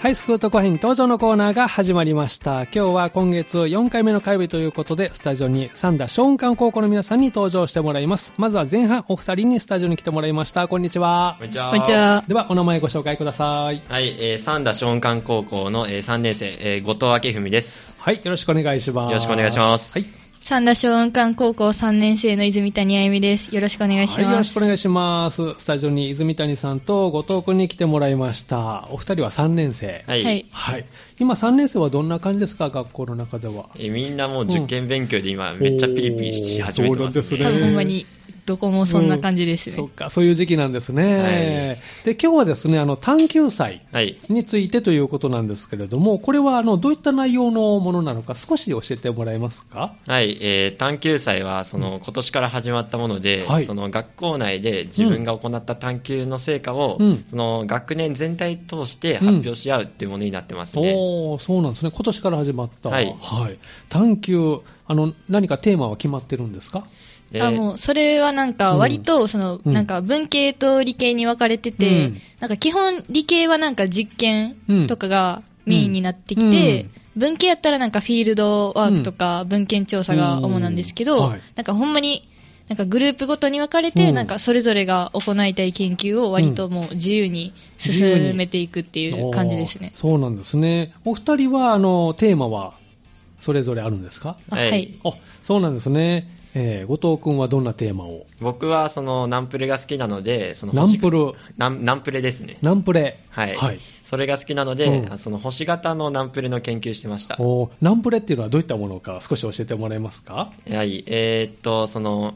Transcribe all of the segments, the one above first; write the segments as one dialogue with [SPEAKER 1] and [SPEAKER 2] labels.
[SPEAKER 1] ハイスクートコ編登場のコーナーが始まりました。今日は今月4回目の火曜日ということで、スタジオに三田松雲館高校の皆さんに登場してもらいます。まずは前半お二人にスタジオに来てもらいました。こんにちは
[SPEAKER 2] こ。んにちは。
[SPEAKER 3] こんにちは。
[SPEAKER 1] では、お名前ご紹介ください。
[SPEAKER 2] はい、えー、三田松漢高校の、えー、3年生、えー、後藤明文です。
[SPEAKER 1] はい、よろしくお願いします。
[SPEAKER 2] よろしくお願いします
[SPEAKER 1] はい。
[SPEAKER 3] 三田小雲館高校3年生の泉谷あゆみです。よろしくお願いし
[SPEAKER 1] はい、よろ
[SPEAKER 3] ま
[SPEAKER 1] し
[SPEAKER 3] す。
[SPEAKER 1] くお願いします。スタジオに泉谷さんと後藤君に来てもらいました。お二人は3年生。
[SPEAKER 2] は。
[SPEAKER 3] はいい。
[SPEAKER 1] はい。今3年生はどんな感じですか学校の中では。
[SPEAKER 2] えーみんなもう受験勉強で今、めっちゃピリピリし始めてます
[SPEAKER 1] おーそう
[SPEAKER 2] ね。
[SPEAKER 1] な
[SPEAKER 3] 多
[SPEAKER 1] んで
[SPEAKER 3] 分ほんまに、どこもそんな感じですね。
[SPEAKER 1] そっか、そういう時期なんですね。で、今日はですね、あの、探求祭
[SPEAKER 2] はい。
[SPEAKER 1] についてということなんですけれども、これはあの、どういった内容のものなのか少し教えてもらえますか
[SPEAKER 2] はい、えー、探求祭は、その、今年から始まったもので、
[SPEAKER 1] はい
[SPEAKER 2] その、学校内で自分が行った探求の成果を、
[SPEAKER 1] うん
[SPEAKER 2] その、学年全体通して発表し合うっていうものになってますね。
[SPEAKER 1] おーそうなんですね。今年から始まった。
[SPEAKER 2] はい
[SPEAKER 1] 探求、あの、何かテーマは決まってるんですか
[SPEAKER 2] えー
[SPEAKER 3] あもうそれはなんか割とその
[SPEAKER 1] うん
[SPEAKER 3] なんか文系と理系に分かれて
[SPEAKER 1] う
[SPEAKER 3] て、
[SPEAKER 1] ん
[SPEAKER 3] なんか基本理系はなんか実験とかがメインになってきて、
[SPEAKER 1] うん
[SPEAKER 3] 文系やったらなんかフィールドワークとか文献調査が主なんですけど、
[SPEAKER 1] うんはい
[SPEAKER 3] なんかほんまになんかグループごとに分かれて、
[SPEAKER 1] うん
[SPEAKER 3] なんかそれぞれが行いたい研究を割ともう自由に進めていくっていう感じですね
[SPEAKER 1] おー。そうなんですね。お二人は、あの、テーマは、それぞれあるんですか
[SPEAKER 3] あ
[SPEAKER 2] はい
[SPEAKER 3] はい。
[SPEAKER 1] あ、そうなんですね。えー、後藤くんはどんなテーマを
[SPEAKER 2] 僕は、その、ナンプレが好きなので、その
[SPEAKER 1] ナ
[SPEAKER 2] 星
[SPEAKER 1] ンプ
[SPEAKER 2] が、
[SPEAKER 1] ル、
[SPEAKER 2] ナンナンプレですね。
[SPEAKER 1] ナンプレ。
[SPEAKER 2] はい。
[SPEAKER 1] はい。
[SPEAKER 2] それが好きなので、
[SPEAKER 1] うん
[SPEAKER 2] あその星型のナンプレの研究してました。
[SPEAKER 1] おーナンプレっていうのはどういったものか少し教えてもらえますか
[SPEAKER 2] はい。えーっと、その、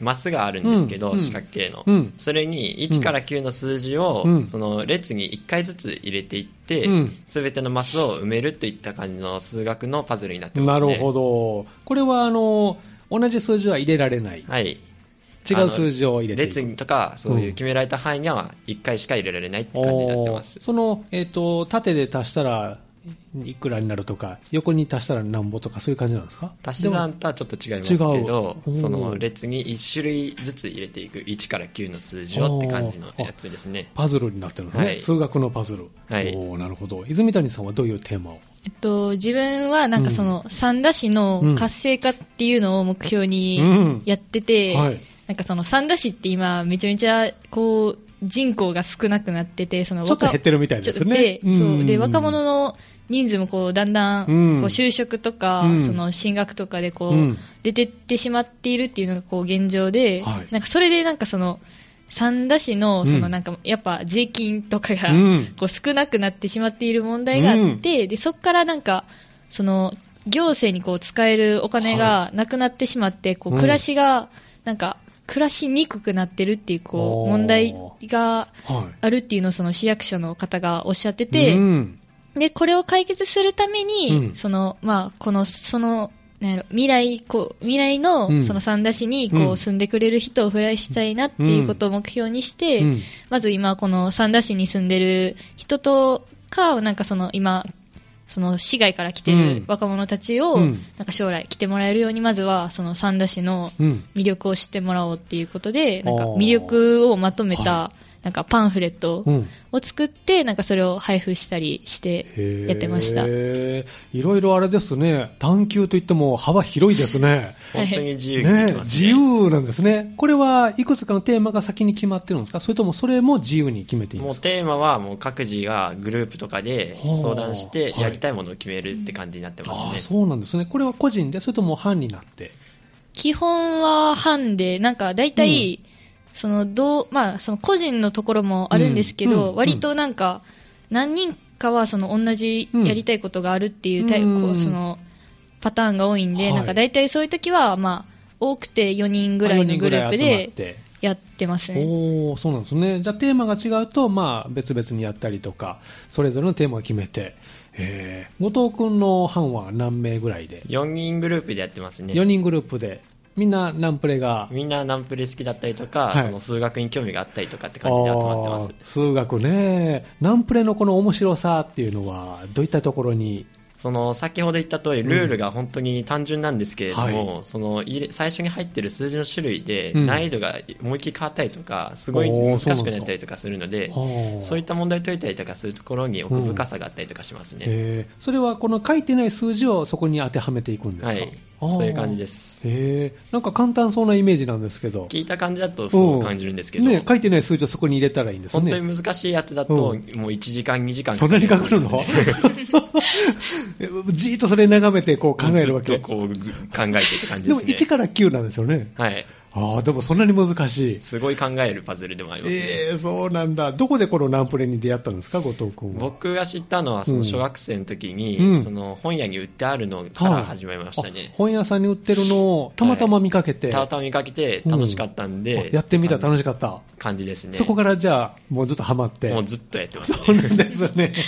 [SPEAKER 2] マスがあるんですけど、
[SPEAKER 1] うん
[SPEAKER 2] 四角形の、
[SPEAKER 1] うん
[SPEAKER 2] それに1から9の数字を、
[SPEAKER 1] うん
[SPEAKER 2] その列に1回ずつ入れていって
[SPEAKER 1] うん、
[SPEAKER 2] す、べ、てのマスを埋めるといった感じの数学のパズルになってま
[SPEAKER 1] な
[SPEAKER 2] すね。
[SPEAKER 1] るほど。これは、あの、同じ数字は入れられない。
[SPEAKER 2] はい。
[SPEAKER 1] 違う数字を入れていく
[SPEAKER 2] 列とか、そういう決められた範囲には1回しか入れられないって感じになってます
[SPEAKER 1] おー。その、えっ、と、縦で足したら、いくらになるとか、横に足したらなんぼとか、そういう感じなんですか
[SPEAKER 2] 足し算とはちょっと違いますけど
[SPEAKER 1] 違うおー
[SPEAKER 2] その列に1種類ずつ入れていく1から9の数字をって感じのやつですね
[SPEAKER 1] パズルになってるんですね、
[SPEAKER 2] はい
[SPEAKER 1] 数学のパズル、
[SPEAKER 2] はい
[SPEAKER 1] おーなるほど泉谷さんはどういうテーマを
[SPEAKER 3] えっと、自分はなんかその、三田市の活性化っていうのを目標
[SPEAKER 1] うん
[SPEAKER 3] にやってて、
[SPEAKER 1] はい
[SPEAKER 3] なんかその三田市って今めちゃめちゃこう人口が少なくなってて、その
[SPEAKER 1] ちょっと減ってるみたい
[SPEAKER 3] ち
[SPEAKER 1] で
[SPEAKER 3] ょ
[SPEAKER 1] すね
[SPEAKER 3] でそう。で、若
[SPEAKER 1] の
[SPEAKER 3] 者の人数もこうだんだんこう
[SPEAKER 1] うん
[SPEAKER 3] 就職とか、
[SPEAKER 1] うん
[SPEAKER 3] その進学とかでこう、
[SPEAKER 1] うん
[SPEAKER 3] 出てってしまっているっていうのがこう現状で、
[SPEAKER 1] はい
[SPEAKER 3] なんかそれでなんかその三田市のそうの
[SPEAKER 1] ん
[SPEAKER 3] なんかやっぱ税金とかが、
[SPEAKER 1] うん
[SPEAKER 3] こう少なくなってしまっている問題があって、でそこからなんかその行政にこう使えるお金がなくなってしまって、こう
[SPEAKER 1] うん
[SPEAKER 3] 暮らしがなんか暮らしにくくなってるっていう
[SPEAKER 1] お
[SPEAKER 3] こう
[SPEAKER 1] ー
[SPEAKER 3] 問題が
[SPEAKER 1] は
[SPEAKER 3] あるっていうのをその市役所の方がおっしゃって
[SPEAKER 1] い
[SPEAKER 3] て、
[SPEAKER 1] うん
[SPEAKER 3] でこれを解決するために、
[SPEAKER 1] うん
[SPEAKER 3] そのまあこのそのなんやろ未来こう未来
[SPEAKER 1] う
[SPEAKER 3] の
[SPEAKER 1] ん
[SPEAKER 3] その三田市にこ
[SPEAKER 1] う
[SPEAKER 3] うん住んでくれる人を増やしたいなっていうことを目標にして、
[SPEAKER 1] うん
[SPEAKER 3] まず今この三田市に住んでる人とかなんかその今その市外から来て
[SPEAKER 1] うん
[SPEAKER 3] る若者たちを、
[SPEAKER 1] うん
[SPEAKER 3] なんか将来来てもらえるようにまずはその三田市の
[SPEAKER 1] うん
[SPEAKER 3] 魅力を知ってもらおうっていうことでなんか
[SPEAKER 1] あー
[SPEAKER 3] 魅力をまとめ
[SPEAKER 1] は
[SPEAKER 3] たなんかパンフレット
[SPEAKER 1] うん
[SPEAKER 3] を作ってなんかそれを配布したりしてやってました
[SPEAKER 1] へ。ーいろいろあれですね探求といっても幅広いですね
[SPEAKER 2] 本当に自由にでき
[SPEAKER 1] ね
[SPEAKER 2] ます
[SPEAKER 1] 自
[SPEAKER 2] ね
[SPEAKER 1] 由なんですねこれはいくつかのテーマが先に決まってるんですかそれともそれも自由に決めていいん
[SPEAKER 2] も
[SPEAKER 1] で
[SPEAKER 2] う
[SPEAKER 1] すか
[SPEAKER 2] テーマはもう各自がグループとかで
[SPEAKER 1] ほう
[SPEAKER 2] 相談し
[SPEAKER 1] は
[SPEAKER 2] て
[SPEAKER 1] い
[SPEAKER 2] やりたいものを決めるって感じになって
[SPEAKER 1] あ
[SPEAKER 2] ま
[SPEAKER 1] あ
[SPEAKER 2] すね、
[SPEAKER 1] そうなんですねこれは個人でそれとも班になって
[SPEAKER 3] 基本は班で、なんか大体、その、どう、まあ、その個人のところもあるんですけ
[SPEAKER 1] うんうん
[SPEAKER 3] ど、
[SPEAKER 1] うん
[SPEAKER 3] 割となんか、何人かはその同じやりたいことがあるっていうタイ
[SPEAKER 1] うん
[SPEAKER 3] プ、こうその、パターンが多いん
[SPEAKER 1] は
[SPEAKER 3] で、
[SPEAKER 1] い
[SPEAKER 3] なんか大体そういう時は、まあ、多くて4人ぐらいのグループ
[SPEAKER 1] 四人ぐらい集ま
[SPEAKER 3] で
[SPEAKER 1] って
[SPEAKER 3] やってますね。
[SPEAKER 1] おおそうなんですねじゃあテーマが違うと、まあ、別々にやったりとかそれぞれのテーマを決めて、えー、後藤君の班は何名ぐらいで、
[SPEAKER 2] 4人グループでやってます
[SPEAKER 1] 4
[SPEAKER 2] ね
[SPEAKER 1] 人グループでみんなナンプレが
[SPEAKER 2] みんなナンプレ好きだったりとか、
[SPEAKER 1] はい
[SPEAKER 2] その数学に興味があったりとかって感じで集まってます
[SPEAKER 1] あー数学ねナンプレのこの面白さっていうのはどういったところに
[SPEAKER 2] その先ほど言った通りルールが本当に単純なんですけれども、
[SPEAKER 1] は
[SPEAKER 2] その入れ最初に入ってる数字の種類で
[SPEAKER 1] うん
[SPEAKER 2] 難易度が思いっきり変わったりとか、すごい
[SPEAKER 1] おー
[SPEAKER 2] 難
[SPEAKER 1] そうなんです
[SPEAKER 2] し
[SPEAKER 1] か
[SPEAKER 2] くなったりとかするので
[SPEAKER 1] はあ
[SPEAKER 2] そういった問題を解いたりとかするところに奥深さがあったりとかしますね、
[SPEAKER 1] えーそれはこの書いてない数字をそこに当てはめていくんですか、、
[SPEAKER 2] はいそういう感じですす
[SPEAKER 1] えーなんか簡単そうなイメージなんですけど、
[SPEAKER 2] 聞いた感じだとそう感じるんですけど、
[SPEAKER 1] ね、書いてない数字をそこに入れたらいいんです
[SPEAKER 2] 本当
[SPEAKER 1] ね。
[SPEAKER 2] に難しいやつだと、
[SPEAKER 1] うん
[SPEAKER 2] もう1時間2時間
[SPEAKER 1] そんなに書く のじーっとそれ眺めてこう考えるわ
[SPEAKER 2] ず
[SPEAKER 1] け
[SPEAKER 2] っと。こうぐ考えていく感
[SPEAKER 1] で
[SPEAKER 2] じで
[SPEAKER 1] も
[SPEAKER 2] すね
[SPEAKER 1] 1から9なんですよね。
[SPEAKER 2] はい
[SPEAKER 1] ああ、でもそんなに難しい。
[SPEAKER 2] すごい考えるパズルでもありますね、
[SPEAKER 1] えー、そうなんだ。どこでこのナンプレに出会ったんですか、後藤君は。
[SPEAKER 2] 僕が知ったのはその小学生の時に、
[SPEAKER 1] うん
[SPEAKER 2] その本屋に売ってあるのから始めましたね
[SPEAKER 1] あ、本屋さんに売ってるのをたまたま見かけて、
[SPEAKER 2] たまたま見かけて楽しかったんで、
[SPEAKER 1] あやってみたら
[SPEAKER 2] あの
[SPEAKER 1] 楽しかった。
[SPEAKER 2] 感じですね
[SPEAKER 1] そこからじゃあ、もうずっとハマって。
[SPEAKER 2] もうずっとやってます
[SPEAKER 1] そう
[SPEAKER 2] ね
[SPEAKER 1] なんですよね。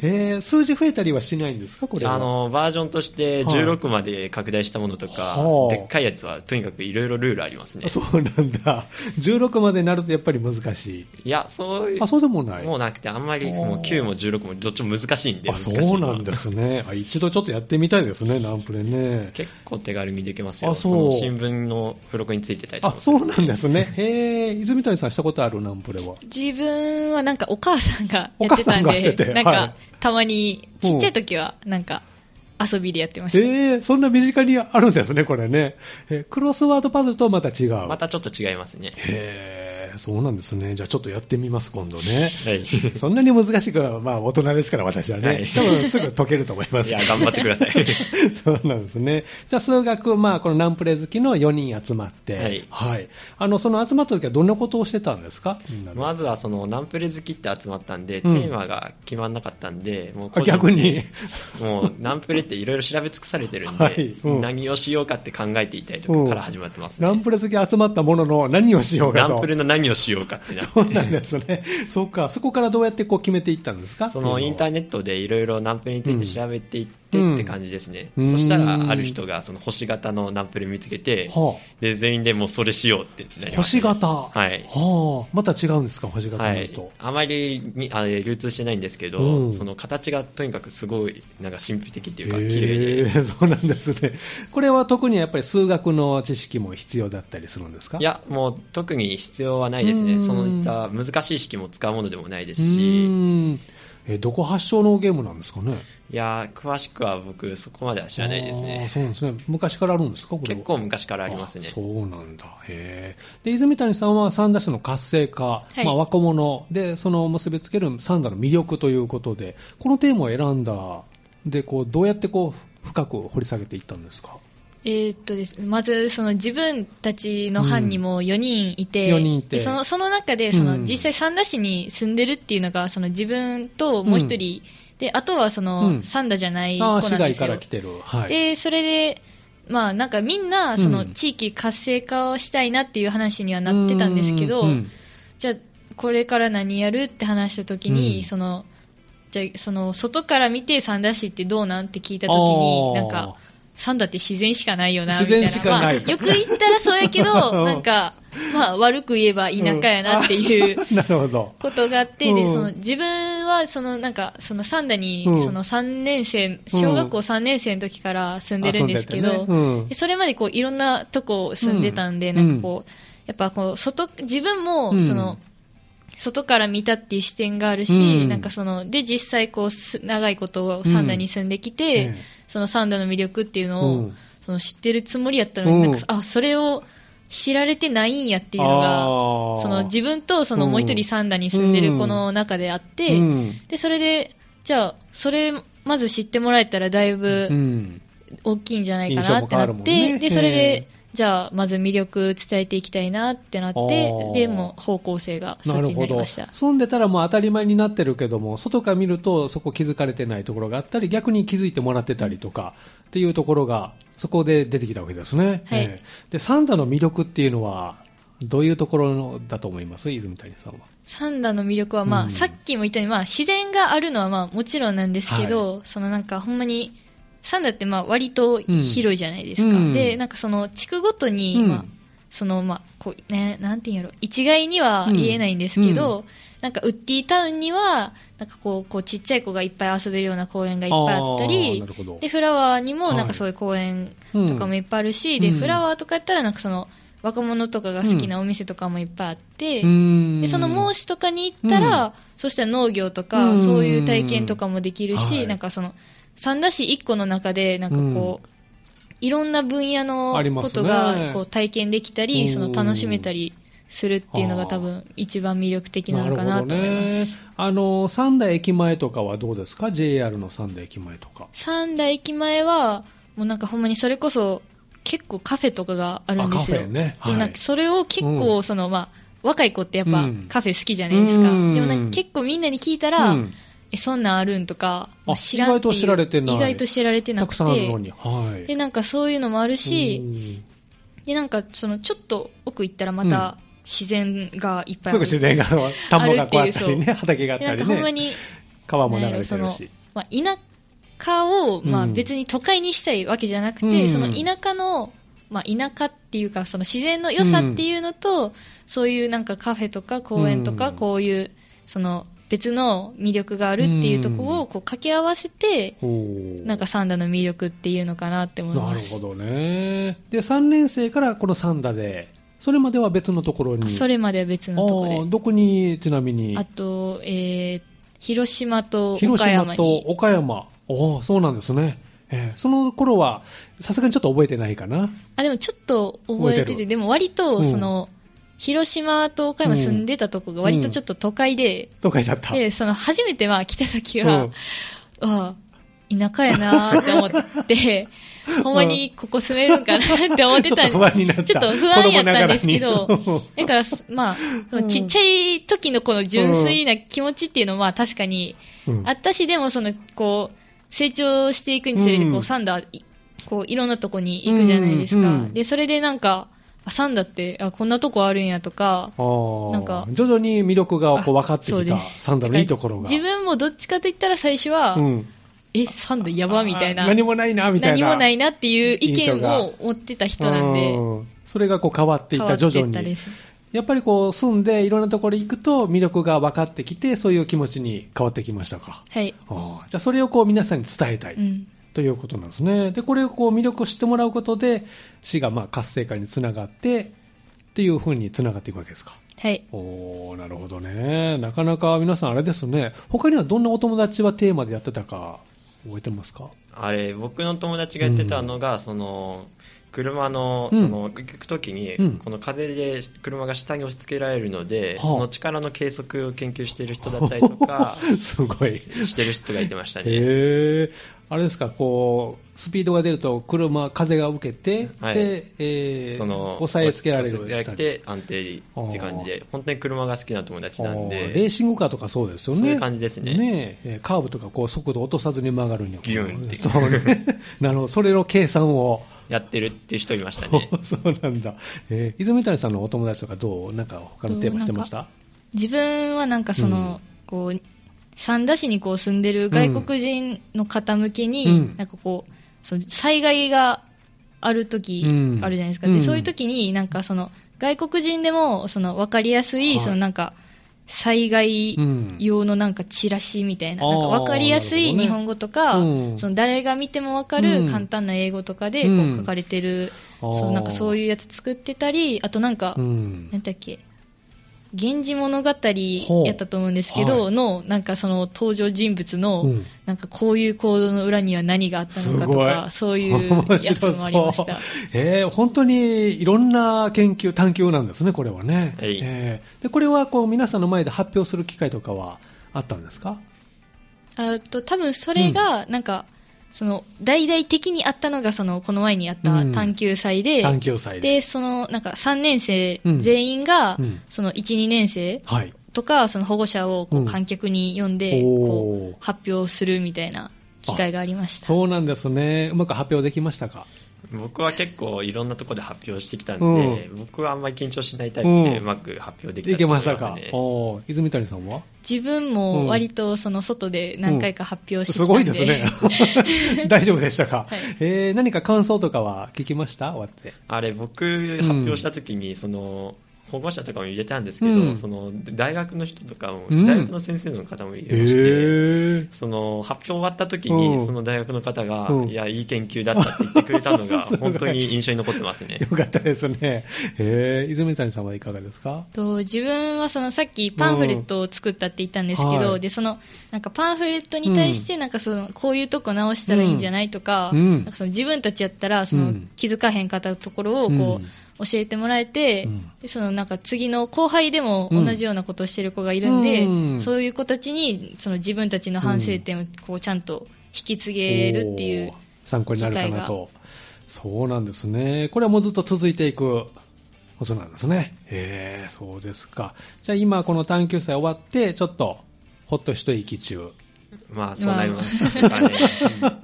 [SPEAKER 1] えー、数字増えたりはしないんですか、これは。
[SPEAKER 2] あのバージョンとして16まで拡大したものとか、
[SPEAKER 1] はあ
[SPEAKER 2] でっかいやつはとにかくいろいろルールありますね
[SPEAKER 1] そうなんだ。16までなるとやっぱり難しい。
[SPEAKER 2] いやそういう
[SPEAKER 1] あ、そうでもない。
[SPEAKER 2] もうなくてあんまり
[SPEAKER 1] あー
[SPEAKER 2] もう9も16もどっちも難しいんで
[SPEAKER 1] あ、そうなん
[SPEAKER 2] だ
[SPEAKER 1] ですね。あ一度ちょっとやってみたいですね、ナンプレね。
[SPEAKER 2] 結構手軽にできますよ
[SPEAKER 1] あそう
[SPEAKER 2] その新聞の付録についてたりと
[SPEAKER 1] あ
[SPEAKER 2] か、もす
[SPEAKER 1] そ
[SPEAKER 2] る
[SPEAKER 1] うなんですね。へえ、泉谷さんしたことあるナンプレ は。
[SPEAKER 3] 自分はなんかお母さんがやって
[SPEAKER 1] お母さ
[SPEAKER 3] たん
[SPEAKER 1] んがして
[SPEAKER 3] で、
[SPEAKER 1] て
[SPEAKER 3] なん
[SPEAKER 1] は
[SPEAKER 3] か
[SPEAKER 1] い
[SPEAKER 3] たまに、ちっちゃい時はなんか遊びでやってました。
[SPEAKER 1] ええそんな身近にあるんですね、これね。えークロスワードパズルとはまた違う。
[SPEAKER 2] またちょっと違いますね
[SPEAKER 1] へえ、そうなんですね。じゃあちょっとやってみます、今度 ね。
[SPEAKER 2] はい
[SPEAKER 1] そんなに難しくは、まあ大人ですから、私はね。
[SPEAKER 2] はい
[SPEAKER 1] 多分すぐ解けると思いま
[SPEAKER 2] い
[SPEAKER 1] す
[SPEAKER 2] や。頑張ってください
[SPEAKER 1] そうなんですね。じゃあ数学、まあこのナンプレ好きの4人集まって、
[SPEAKER 2] はい
[SPEAKER 1] あの、その集まった時はどんなことをしてたんですかみんなで
[SPEAKER 2] まずはそのナンプレ好きって集まったんで、
[SPEAKER 1] うん
[SPEAKER 2] テーマが決まんなかったんでもう
[SPEAKER 1] あ逆に。
[SPEAKER 2] もうナンプレっていろいろ調べ尽くされてるんで、
[SPEAKER 1] はいうん
[SPEAKER 2] 何をしようかって考えていたりと
[SPEAKER 1] うん
[SPEAKER 2] かから始まってますね、
[SPEAKER 1] ナンプレ好き集まったものの何をしようかと。
[SPEAKER 2] ナンプレの何をしようかってな
[SPEAKER 1] そうなんですね。そうか。そこからどうやってこう決めていったんですか
[SPEAKER 2] そのインターネットでいろいろナンプレについて調べていってって感じですね、
[SPEAKER 1] うん
[SPEAKER 2] そしたらある人がその星型のナンプレ見つけて、
[SPEAKER 1] は
[SPEAKER 2] で全員でもうそれしようってな
[SPEAKER 1] あ、
[SPEAKER 2] りま
[SPEAKER 1] 星
[SPEAKER 2] したね
[SPEAKER 1] 型。
[SPEAKER 2] はい
[SPEAKER 1] はあ、また違うんですか星型
[SPEAKER 2] は
[SPEAKER 1] の
[SPEAKER 2] い
[SPEAKER 1] と。、
[SPEAKER 2] あまりにあ流通してないんですけど、
[SPEAKER 1] うん
[SPEAKER 2] その形がとにかくすごいなんか神秘的っていうか
[SPEAKER 1] へえ
[SPEAKER 2] 綺麗で、
[SPEAKER 1] そうなんですね。これは特にやっぱり数学の知識も必要だったりするんですか
[SPEAKER 2] いやもう特に必要はないですね、
[SPEAKER 1] うん
[SPEAKER 2] そのいった難しい式も使うものでもないで
[SPEAKER 1] う
[SPEAKER 2] すし、
[SPEAKER 1] ーんえどこ発祥のゲームなんですかね
[SPEAKER 2] いやー詳しくは僕そこまでは知らないです
[SPEAKER 1] あー
[SPEAKER 2] ね
[SPEAKER 1] そうなんですね。昔からあるんですかこれは
[SPEAKER 2] 結構昔からありますね
[SPEAKER 1] あそうなんだ。へえ。で、泉谷さんは三田市の活性化、
[SPEAKER 3] い
[SPEAKER 1] まあ、若者で、その結びつける三田の魅力ということで、このテーマを選んだ、で、こう、どうやってこう、深く掘り下げていったんですか
[SPEAKER 3] えーっとですね、まずその自分たちの班にも4人いて、
[SPEAKER 1] 4人いて
[SPEAKER 3] でそのその中でその実際三田市に住んでるっていうのがその自分ともう一人、で、あとはその、
[SPEAKER 1] うん
[SPEAKER 3] 三田じゃない子
[SPEAKER 1] あ
[SPEAKER 3] な
[SPEAKER 1] あ、
[SPEAKER 3] んです
[SPEAKER 1] 市
[SPEAKER 3] よ。
[SPEAKER 1] 外から来てる。はい。
[SPEAKER 3] で、それで、まあなんかみんな、その地域活性化をしたいなっていう話にはなってたんですけど、
[SPEAKER 1] うんうん
[SPEAKER 3] じゃあこれから何やるって話した時に、
[SPEAKER 1] うん
[SPEAKER 3] その、じゃあその外から見て三田市ってどうなんって聞いた時
[SPEAKER 1] あー
[SPEAKER 3] に、なんか、三田って自然しかないよな、みたいな。
[SPEAKER 1] 自然しかない
[SPEAKER 3] まあよく言ったらそうやけど、 なんか、まあ悪く言えば田舎やなっていう。
[SPEAKER 1] なるほど。
[SPEAKER 3] ことがあって、
[SPEAKER 1] う
[SPEAKER 3] で
[SPEAKER 1] ん
[SPEAKER 3] その自分はそのなんかその三田に
[SPEAKER 1] うん
[SPEAKER 3] その3年生小学校3年生の時から住んでるんですけ
[SPEAKER 1] 遊
[SPEAKER 3] ど、
[SPEAKER 1] んでてねうん
[SPEAKER 3] でそれまでこういろんなとこ住んでたんで、
[SPEAKER 1] うん
[SPEAKER 3] なんかこうやっぱこう外自分
[SPEAKER 1] う
[SPEAKER 3] も
[SPEAKER 1] ん
[SPEAKER 3] その、外から見たっていう視点があるし、
[SPEAKER 1] うん
[SPEAKER 3] なんかそので実際こうす長いことを三田に住んできて、
[SPEAKER 1] うんええ
[SPEAKER 3] その三田の魅力っていうのを、
[SPEAKER 1] うん
[SPEAKER 3] その知ってるつもりやったのに、なんか
[SPEAKER 1] うん
[SPEAKER 3] あそれを知られてないんやっていうのが
[SPEAKER 1] あー
[SPEAKER 3] その自分とその
[SPEAKER 1] うん
[SPEAKER 3] もう一人三田に住んでる子の中であって、
[SPEAKER 1] うん
[SPEAKER 3] でそれでじゃあそれまず知ってもらえたらだいぶ
[SPEAKER 1] ん、
[SPEAKER 3] 大きいんじゃないかな
[SPEAKER 1] 印象も
[SPEAKER 3] ってな
[SPEAKER 1] 変わるも
[SPEAKER 3] っ
[SPEAKER 1] ん
[SPEAKER 3] て、
[SPEAKER 1] ね
[SPEAKER 3] でそれ
[SPEAKER 1] え
[SPEAKER 3] でじゃあまず魅力伝えていきたいなってなっ
[SPEAKER 1] あ
[SPEAKER 3] て
[SPEAKER 1] ー
[SPEAKER 3] でもう方向性がそ
[SPEAKER 1] な
[SPEAKER 3] っ
[SPEAKER 1] る
[SPEAKER 3] ちに
[SPEAKER 1] ほ
[SPEAKER 3] なり
[SPEAKER 1] ど
[SPEAKER 3] ました
[SPEAKER 1] 住んでたらもう当たり前になってるけども外から見るとそこ気づかれてないところがあったり逆に気づいてもらってたりとかっていうところがそこで出てきたわけですね、
[SPEAKER 3] はい
[SPEAKER 1] ええでサンダの魅力っていうのはどういうところのだと思います泉谷さんは
[SPEAKER 3] 三田の魅力は、まあ
[SPEAKER 1] うん
[SPEAKER 3] さっきも言ったように、まあ、自然があるのは、まあ、もちろんなんですけど、そのなんかほんまに三田ってまあ割と広いじゃないですか、
[SPEAKER 1] うん
[SPEAKER 3] でなんかその地区ごとに、
[SPEAKER 1] うん
[SPEAKER 3] まあ、そのまあこうねなんていうんやろ一概には言えないんですけど、なんかウッディタウンには、なんかこう、こうちっちゃい子がいっぱい遊べるような公園がいっぱいあった
[SPEAKER 1] あーな
[SPEAKER 3] り
[SPEAKER 1] るほど、
[SPEAKER 3] で、フラワーにもなん
[SPEAKER 1] はい
[SPEAKER 3] かそういう公園とかもいっぱいあるし、
[SPEAKER 1] うん
[SPEAKER 3] で、
[SPEAKER 1] うん
[SPEAKER 3] フラワーとかやったらなんかその、若者とかが好きなお店とかもいっぱいあって、
[SPEAKER 1] で
[SPEAKER 3] で、その
[SPEAKER 1] も
[SPEAKER 3] 孟子とかに行ったら、そしたら農業とか、
[SPEAKER 1] うん
[SPEAKER 3] そういう体験とかもできるし、
[SPEAKER 2] はい
[SPEAKER 3] なんかその、三田市一個の中で、なんかこう、いろんな分野の
[SPEAKER 1] ありま
[SPEAKER 3] こ
[SPEAKER 1] すね
[SPEAKER 3] とが、こう、体験できたり、
[SPEAKER 1] うん
[SPEAKER 3] その、楽しめたりするっていうのが多分、一番魅力的なのかなと思います。
[SPEAKER 1] ね。あの、三田駅前とかはどうですか ?JR の三田駅前とか。
[SPEAKER 3] 三田駅前は、もうなんかほんまにそれこそ、結構カフェとかがあるんですよ。
[SPEAKER 1] あカフェねはい
[SPEAKER 3] でもなんかそれを結
[SPEAKER 1] う
[SPEAKER 3] 構、その、まあ、若い子ってやっ
[SPEAKER 1] う
[SPEAKER 3] ぱ
[SPEAKER 1] ん
[SPEAKER 3] カフェ好きじゃないですか。
[SPEAKER 1] うん
[SPEAKER 3] でもなんか結構みんなに聞いたら、
[SPEAKER 1] うん
[SPEAKER 3] え、そんなんあるんとか
[SPEAKER 1] あ、
[SPEAKER 3] 知らんっていう
[SPEAKER 1] 意外と知られてない
[SPEAKER 3] 意外と知られてな
[SPEAKER 1] た
[SPEAKER 3] く
[SPEAKER 1] く
[SPEAKER 3] て。
[SPEAKER 1] さんあるのに。はい。
[SPEAKER 3] で、なんかそういうのもあるし、で、なんかそのちょっと奥行ったらまた自然がいっ
[SPEAKER 1] す
[SPEAKER 3] ぱいある。
[SPEAKER 1] ぐ自然が、田んぼがこうあ った
[SPEAKER 3] あ
[SPEAKER 1] り
[SPEAKER 3] るっていう
[SPEAKER 1] ね、畑があっ
[SPEAKER 3] で
[SPEAKER 1] た
[SPEAKER 3] なんか
[SPEAKER 1] り
[SPEAKER 3] ほんま
[SPEAKER 1] ね、
[SPEAKER 3] に、
[SPEAKER 1] 川も流
[SPEAKER 3] なんや
[SPEAKER 1] れ
[SPEAKER 3] ろ
[SPEAKER 1] て
[SPEAKER 3] そ
[SPEAKER 1] る
[SPEAKER 3] の
[SPEAKER 1] し。、
[SPEAKER 3] まあ、田舎を、ま
[SPEAKER 1] う
[SPEAKER 3] あ
[SPEAKER 1] ん
[SPEAKER 3] 別に都会にしたいわけじゃなくて、
[SPEAKER 1] うん
[SPEAKER 3] その田舎の、まあ田舎っていうか、その自然の良さっていうのと、そういうなんかカフェとか公園と
[SPEAKER 1] う
[SPEAKER 3] か、
[SPEAKER 1] ん
[SPEAKER 3] こういう、その別の魅力があるっていうところをこう掛け合わせて、
[SPEAKER 1] な
[SPEAKER 3] なんかサンダの魅力っていうのかなって思い
[SPEAKER 1] な
[SPEAKER 3] ま
[SPEAKER 1] る
[SPEAKER 3] す。
[SPEAKER 1] ほどね。で、3年生からこの三田で、それまでは別のところに。
[SPEAKER 3] あそれまでは別のとこ
[SPEAKER 1] あー
[SPEAKER 3] ろで。
[SPEAKER 1] どこに、ちなみに
[SPEAKER 3] あ。と、えー、広島と
[SPEAKER 1] 広
[SPEAKER 3] 岡山
[SPEAKER 1] 島と
[SPEAKER 3] に。
[SPEAKER 1] 岡山。おーそうなんですね。えーその頃は、さすがにちょっと覚えてないかな。
[SPEAKER 3] あ、でもちょっと覚
[SPEAKER 1] 覚
[SPEAKER 3] えて
[SPEAKER 1] えて
[SPEAKER 3] て、
[SPEAKER 1] る
[SPEAKER 3] でも割
[SPEAKER 1] う
[SPEAKER 3] と、
[SPEAKER 1] ん
[SPEAKER 3] その、広島と岡山住んでたとこが割とちょっと都会で、
[SPEAKER 1] とかだった。
[SPEAKER 3] で、その初めては来た時
[SPEAKER 1] う
[SPEAKER 3] は、
[SPEAKER 1] ん
[SPEAKER 3] ああ、田舎やなーって思 って、ほんまにここ住めるんかなって思ってた
[SPEAKER 1] ちょっと不安になった
[SPEAKER 3] ちょっと不安やったんですけ
[SPEAKER 1] 子供
[SPEAKER 3] ど
[SPEAKER 1] ながらに、
[SPEAKER 3] だから、まあ、そのちっちゃい時のこの純粋な気持ちっていうのはまあ確かに
[SPEAKER 1] うん
[SPEAKER 3] あったし、でもその、こう、成長していくにつれて、
[SPEAKER 1] うん
[SPEAKER 3] こう、サンダー、いこう、いろんなとこに行くじゃないです
[SPEAKER 1] うんう
[SPEAKER 3] か
[SPEAKER 1] ん。
[SPEAKER 3] で、それでなんか、あサンダーって、あ、こんなとこあるんやとか、
[SPEAKER 1] あー
[SPEAKER 3] なんか
[SPEAKER 1] 徐々に魅力がこう分かって
[SPEAKER 3] あそ
[SPEAKER 1] き
[SPEAKER 3] うで
[SPEAKER 1] た、
[SPEAKER 3] す
[SPEAKER 1] サンダのいいところが。
[SPEAKER 3] 自分もどっちかと言ったら最初は、
[SPEAKER 1] うん
[SPEAKER 3] え、サンダーやばみたい
[SPEAKER 1] あ
[SPEAKER 3] な。
[SPEAKER 1] 何もないな、みたいな。
[SPEAKER 3] 何もないいなっていう意
[SPEAKER 1] 印象
[SPEAKER 3] 見
[SPEAKER 1] が
[SPEAKER 3] を持ってた人なんで、
[SPEAKER 1] それがこう変わってい
[SPEAKER 3] 変
[SPEAKER 1] っ
[SPEAKER 3] わ
[SPEAKER 1] た、
[SPEAKER 3] って
[SPEAKER 1] 徐
[SPEAKER 3] っ
[SPEAKER 1] 々
[SPEAKER 3] たで
[SPEAKER 1] に。
[SPEAKER 3] す。
[SPEAKER 1] やっぱりこう住んでいろんなところに行くと魅力が分かってきて、そういう気持ちに変わってきましたか。
[SPEAKER 3] はい。
[SPEAKER 1] あーじゃあそれをこう皆さんに伝えたい。
[SPEAKER 3] うん。
[SPEAKER 1] ということなんですね。で、これをこう魅力を知ってもらうことで、市がまあ活性化につながって、っていうふうにつながっていくわけですか。
[SPEAKER 3] はい。
[SPEAKER 1] おーなるほどね。なかなか皆さんあれですね。他にはどんなお友達はテーマでやってたか、覚えてますか
[SPEAKER 2] あれ僕の友達がやってたのが、その車の
[SPEAKER 1] うん
[SPEAKER 2] その行く時に、
[SPEAKER 1] うん
[SPEAKER 2] この風で車が下に押し付けられるので、
[SPEAKER 1] はあ
[SPEAKER 2] その力の計測を研究している人だったりと か
[SPEAKER 1] すごい。へ
[SPEAKER 2] してる人がいてましたね。
[SPEAKER 1] え。あれですか、こう、スピードが出ると車、風が受けて、
[SPEAKER 2] はい
[SPEAKER 1] で、えー、
[SPEAKER 2] その
[SPEAKER 1] 押さえつけられる。
[SPEAKER 2] 押さえつけられて安定って感じで本当に車が好きな友達なん
[SPEAKER 1] あーレ
[SPEAKER 2] で
[SPEAKER 1] ーシングカーとかそうですよね。
[SPEAKER 2] そういう感じですね
[SPEAKER 1] ええーカーブとかこう速度落とさずに曲がるには。
[SPEAKER 2] ギュンって
[SPEAKER 1] そうね。なるほど。それの計算を。
[SPEAKER 2] やってるっていう人いまし たね
[SPEAKER 1] そうなんだ。えー、泉谷さんのお友達とかどうなんか他のテーマしてました
[SPEAKER 3] 自分はなんかその、こう、三田市にこう住んでる外国人の方向けに、
[SPEAKER 1] うん
[SPEAKER 3] なんかこう、その災害がある時
[SPEAKER 1] うん
[SPEAKER 3] あるじゃないですか。
[SPEAKER 1] う
[SPEAKER 3] で、
[SPEAKER 1] ん
[SPEAKER 3] そういう時になんかその、外国人でも、その、わかりやす、
[SPEAKER 1] はいい
[SPEAKER 3] そのなんか、災害
[SPEAKER 1] うん
[SPEAKER 3] 用のなんかチラシみたいな、
[SPEAKER 1] あー
[SPEAKER 3] なんかわかりやすい
[SPEAKER 1] なるほどね
[SPEAKER 3] 日本語とか、
[SPEAKER 1] うん
[SPEAKER 3] その誰が見てもわか
[SPEAKER 1] う
[SPEAKER 3] る
[SPEAKER 1] ん
[SPEAKER 3] 簡単な英語とか
[SPEAKER 1] う
[SPEAKER 3] でこ
[SPEAKER 1] ん
[SPEAKER 3] う書かれてる、
[SPEAKER 1] あー
[SPEAKER 3] そうなんかそういうやつ作ってたり、あとなんか、
[SPEAKER 1] うん。
[SPEAKER 3] なんだっけ「源氏物語」やったと思うんですけ
[SPEAKER 1] ほう
[SPEAKER 3] ど、
[SPEAKER 1] は
[SPEAKER 3] のなんかその登場人物の、
[SPEAKER 1] うん
[SPEAKER 3] なんかこういう行動の裏には何があったのかとかそういうやつもありました。
[SPEAKER 1] えー本当にいろんな研究、探究なんですね、これはね。
[SPEAKER 2] はい
[SPEAKER 1] えーで、これはこう皆さんの前で発表する機会とかはあったんですか
[SPEAKER 3] あと多分それがなんか、その大々的にあったのがそのこの前にあった
[SPEAKER 1] うん
[SPEAKER 3] 探究祭で、
[SPEAKER 1] 探究祭で。
[SPEAKER 3] でそのなんか3年生
[SPEAKER 1] うん
[SPEAKER 3] 全員が、
[SPEAKER 1] うん
[SPEAKER 3] その12年生
[SPEAKER 1] はい。
[SPEAKER 3] とかその保護者をこ
[SPEAKER 1] うん
[SPEAKER 3] う観客に呼んで、
[SPEAKER 1] おー
[SPEAKER 3] こう発表するみたいな機会がありました。
[SPEAKER 1] そうなんですね。うまく発表できましたか
[SPEAKER 2] 僕は結構いろんなところで発表してきたんで、
[SPEAKER 1] う
[SPEAKER 2] 僕はあんまり緊張しないタイプ
[SPEAKER 1] うん
[SPEAKER 2] でうまく発表でき
[SPEAKER 1] い
[SPEAKER 2] たと
[SPEAKER 1] け
[SPEAKER 2] 思
[SPEAKER 1] ま
[SPEAKER 2] いま
[SPEAKER 1] し
[SPEAKER 2] すね、
[SPEAKER 1] たかおー泉谷さんは
[SPEAKER 3] 自分も割とその外で何回か発表してき
[SPEAKER 1] す
[SPEAKER 3] たんで、
[SPEAKER 1] ごいですね。 大丈夫でしたか、
[SPEAKER 3] はい
[SPEAKER 1] えー何か感想とかは聞きました終わって。
[SPEAKER 2] あれ僕発表した時に、その保護者とかも入れたんですけど、
[SPEAKER 1] うん
[SPEAKER 2] その大学の人とかも、
[SPEAKER 1] うん
[SPEAKER 2] 大学の先生の方も入
[SPEAKER 1] え
[SPEAKER 2] れまして、
[SPEAKER 1] ー
[SPEAKER 2] その発表終わった時
[SPEAKER 1] うん
[SPEAKER 2] にその大学の方が、
[SPEAKER 1] うん
[SPEAKER 2] いやいい研究だったって言ってくれた のが
[SPEAKER 1] すごい
[SPEAKER 2] 本当に印象に残ってますね
[SPEAKER 1] よかったですね。えー、泉谷さんはいかがですか
[SPEAKER 3] と自分はそのさっきパンフレットを作ったって言ったんです
[SPEAKER 1] う
[SPEAKER 3] け
[SPEAKER 1] ん
[SPEAKER 3] ど、
[SPEAKER 1] はい
[SPEAKER 3] でそのなんかパンフレットに対してなんかそのこういうとこ直したらいいんじゃないとか,、
[SPEAKER 1] うん
[SPEAKER 3] なんかその自分たちやったらそうの
[SPEAKER 1] ん
[SPEAKER 3] 気づかへんかったところをこう、教えてもらえて、
[SPEAKER 1] うん
[SPEAKER 3] でそのなんか次の後輩でも同じようなことをしてる子がいるんで、
[SPEAKER 1] うん
[SPEAKER 3] そういう子たちにその自分たちの反省点をこうちゃんと引き継げるっていう
[SPEAKER 1] おー参考になるかなとそうなんですねこれはもうずっと続いていくことなんですねへえそうですかじゃあ今この探究祭終わってちょっとほっと一息中
[SPEAKER 2] まあそうなりますかね、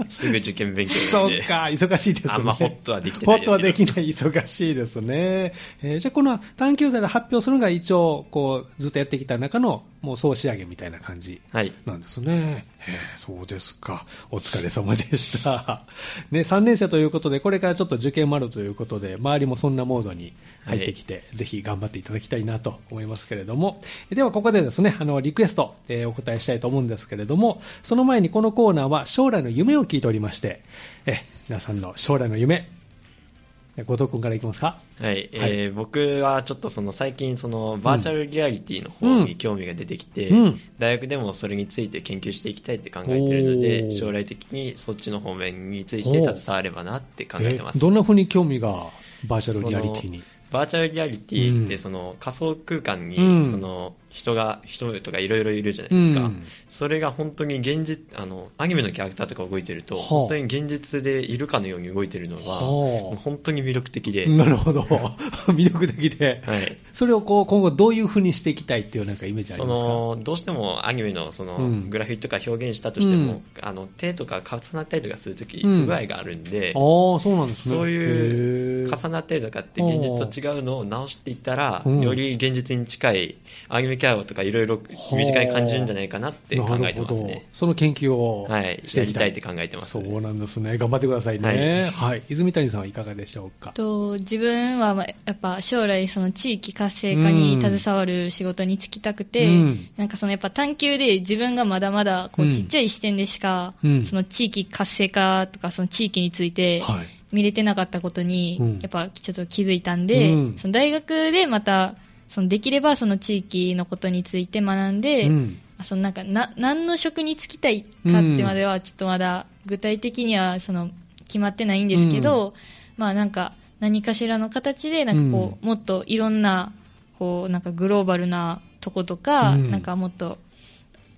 [SPEAKER 2] すぐ受験勉強な
[SPEAKER 1] そ
[SPEAKER 2] ん
[SPEAKER 1] う
[SPEAKER 2] で
[SPEAKER 1] か忙しいですね
[SPEAKER 2] あんまホッとはできて
[SPEAKER 1] ほ
[SPEAKER 2] ない
[SPEAKER 1] っ
[SPEAKER 2] ですけど
[SPEAKER 1] とはできない忙しいですね、えーじゃあこの探究祭で発表するのが一応こうずっとやってきた中のもう総仕上げみたいな感じ
[SPEAKER 2] はい
[SPEAKER 1] なんですね。へえそうですか。お疲れ様でした。 ね、3年生ということで、これからちょっと受験もあるということで、周りもそんなモードに入ってきて、ぜひ頑張っていただきたいなと思いますけれども。では、ここでですね、あの、リクエスト、えーお答えしたいと思うんですけれども、その前にこのコーナーは将来の夢を聞いておりまして、え、皆さんの将来の夢、後藤君からいきますか
[SPEAKER 2] はい、え
[SPEAKER 1] は
[SPEAKER 2] ー僕はちょっとその最近そのバーチャルリアリティの方
[SPEAKER 1] うん
[SPEAKER 2] に興味が出てきて、
[SPEAKER 1] うん
[SPEAKER 2] 大学でもそれについて研究していきたいって考えてるの
[SPEAKER 1] おー
[SPEAKER 2] で将来的にそっちの方面について携わればなって考えてます
[SPEAKER 1] えどんな風に興味がバーチャルリアリティに。
[SPEAKER 2] バーチャルリアリティっ
[SPEAKER 1] うん
[SPEAKER 2] てその仮想空間に
[SPEAKER 1] うん
[SPEAKER 2] その人が人とかいろいろいるじゃないですか、
[SPEAKER 1] うん
[SPEAKER 2] それが本当に現実あのアニメのキャラクターとか動いてると
[SPEAKER 1] はあ
[SPEAKER 2] 本当に現実でいるかのように動いてるのは
[SPEAKER 1] はあ
[SPEAKER 2] 本当に魅力的で、
[SPEAKER 1] なるほど。 魅力的で。
[SPEAKER 2] はい、
[SPEAKER 1] それをこう今後どういうふうにしていきたいっていうなんかイメージあり
[SPEAKER 2] そ
[SPEAKER 1] ますか
[SPEAKER 2] のどうしてもアニメのその
[SPEAKER 1] うん
[SPEAKER 2] グラフィックとか表現したとして
[SPEAKER 1] うん
[SPEAKER 2] も、あの手とか重なったりとかするとき
[SPEAKER 1] うん
[SPEAKER 2] 不具合があるんで、
[SPEAKER 1] ああ、そうなんですね。
[SPEAKER 2] そういう
[SPEAKER 1] へー
[SPEAKER 2] 重なったりとかって現実と違うのを直していったら、
[SPEAKER 1] うん
[SPEAKER 2] より現実に近いアニメキャラとかいろいろ身近に感じるんじゃないかなって考えてます
[SPEAKER 1] なるほど
[SPEAKER 2] ね。
[SPEAKER 1] その研究を
[SPEAKER 2] はい、
[SPEAKER 1] して
[SPEAKER 2] や
[SPEAKER 1] いき
[SPEAKER 2] り
[SPEAKER 1] た
[SPEAKER 2] た
[SPEAKER 1] い。
[SPEAKER 2] いって考えてます。
[SPEAKER 1] そうなんですね。頑張ってくださいね。はい。泉谷さんはいかがでしょうか
[SPEAKER 3] と自分はまあやっぱ将来その地域活性化に
[SPEAKER 1] うん
[SPEAKER 3] 携わる仕事に就きたくて、
[SPEAKER 1] うん
[SPEAKER 3] なんかそのやっぱ探求で自分がまだまだこ
[SPEAKER 1] うん
[SPEAKER 3] うちっちゃい視点でしか、
[SPEAKER 1] うん
[SPEAKER 3] その地域活性化とかその地域について
[SPEAKER 1] はい。
[SPEAKER 3] 見れてなかったことに、
[SPEAKER 1] うん
[SPEAKER 3] やっぱちょっと気づいたんで、
[SPEAKER 1] うん
[SPEAKER 3] その大学でまたそのできればその地域のことについて学んで、
[SPEAKER 1] うん
[SPEAKER 3] そのなんかな何の職に就きたいかってまではちょっとまだ具体的にはその決まってないんですけど、まあなんか何かしらの形でなんかこう、もっといろんなこうなんかグローバルなとことか、
[SPEAKER 1] うん
[SPEAKER 3] なんかもっと